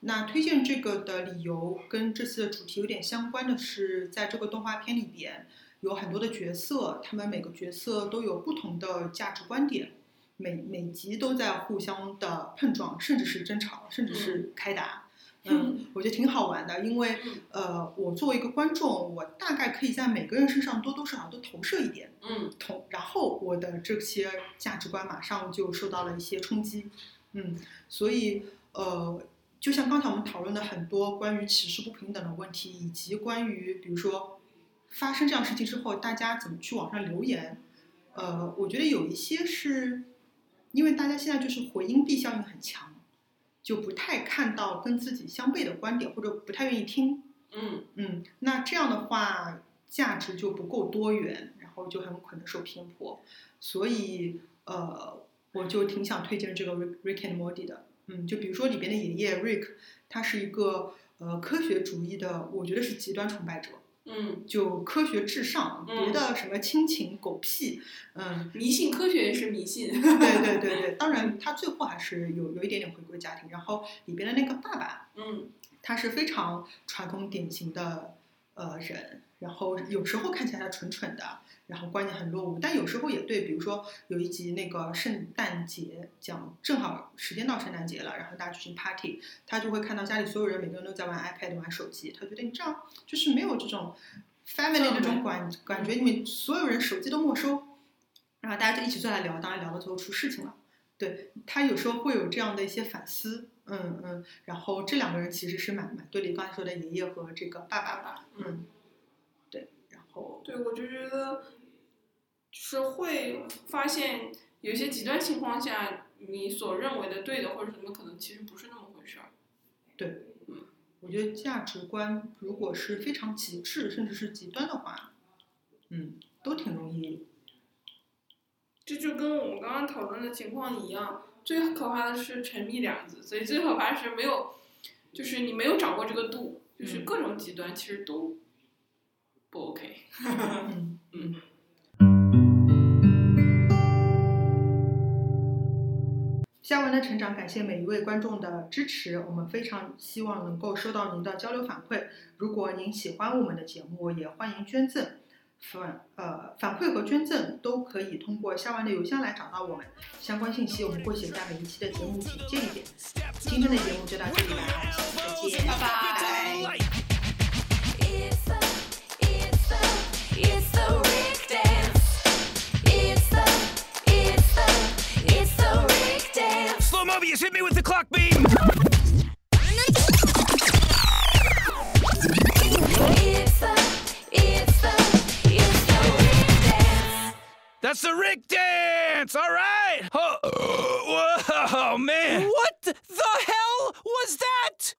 Speaker 2: 那推荐这个的理由跟这次的主题有点相关的是，在这个动画片里边有很多的角色，他们每个角色都有不同的价值观点，每每集都在互相的碰撞，甚至是争吵，甚至是开 打。嗯，我觉得挺好玩的，因为
Speaker 3: 嗯
Speaker 2: 呃，我作为一个观众，我大概可以在每个人身上多多少少都投射一点。
Speaker 3: 嗯
Speaker 2: 同，然后我的这些价值观马上就受到了一些冲击，嗯，所以呃，就像刚才我们讨论的很多关于歧视不平等的问题，以及关于比如说发生这样事情之后，大家怎么去网上留言，呃，我觉得有一些是因为大家现在就是回音壁效应很强，就不太看到跟自己相悖的观点，或者不太愿意听，
Speaker 3: 嗯
Speaker 2: 嗯，那这样的话，价值就不够多元，然后就很有可能受偏颇。所以，呃，我就挺想推荐这个 Rick Rick and Morty 的。嗯，就比如说里边的爷爷 Rick，他是一个呃科学主义的，我觉得是极端崇拜者，
Speaker 3: 嗯，
Speaker 2: 就科学至上，别
Speaker 3: 嗯
Speaker 2: 的什么亲情狗屁，嗯，
Speaker 3: 迷信科学也是迷信，
Speaker 2: 对对对对，当然他最后还是有有一点点回归家庭。然后里边的那个爸爸，
Speaker 3: 嗯
Speaker 2: 他是非常传统典型的呃人，然后有时候看起来他蠢蠢的，然后观念很落伍，但有时候也对，比如说有一集那个圣诞节讲，正好时间到圣诞节了，然后大家去 party，他就会看到家里所有人每个人都在玩 iPad 玩手机，他觉得你这样就是没有这种 family
Speaker 3: 氛围
Speaker 2: 这种感感觉，你们所有人手机都没收，然后大家就一起坐下聊，当然聊到最后出事情了。对他有时候会有这样的一些反思，嗯嗯，然后这两个人其实是蛮蛮对立，刚才说的爷爷和这个爸爸
Speaker 3: 爸
Speaker 2: 吧，
Speaker 3: 爸，嗯。
Speaker 2: 嗯，对，然后
Speaker 3: 对，我就觉得就是会发现，有些极端情况下，你所认为的对的或者什么，可能其实不是那么回事儿。
Speaker 2: 嗯我觉得价值观如果是非常极致甚至是极端的话，嗯，都挺容易，
Speaker 3: 这就跟我们刚刚讨论的情况一样，最可怕的是沉迷两个字，所以最可怕是没有，就是你没有掌握这个度，就是
Speaker 2: 嗯
Speaker 3: 各种极端其实都不 OK。
Speaker 2: 嗯
Speaker 3: 嗯。
Speaker 2: 下文的成长，感谢每一位观众的支持，我们非常希望能够收到您的交流反馈。如果您喜欢我们的节目，也欢迎捐赠。反呃反馈和捐赠都可以通过下文的邮箱来找到我们，相关信息我们会写在每一期的节目简介里边。今天的节目就到这里了，下期再见，
Speaker 3: 拜拜
Speaker 2: 拜拜
Speaker 5: It's the, it's the, it's the Rick dance. It's the, it's the, it's the Rick dance.
Speaker 1: Slow mo, you hit me with the clock beam.
Speaker 5: It's the, it's the, it's the Rick dance.
Speaker 1: That's the Rick dance. All right. Oh, oh man. What the hell was that?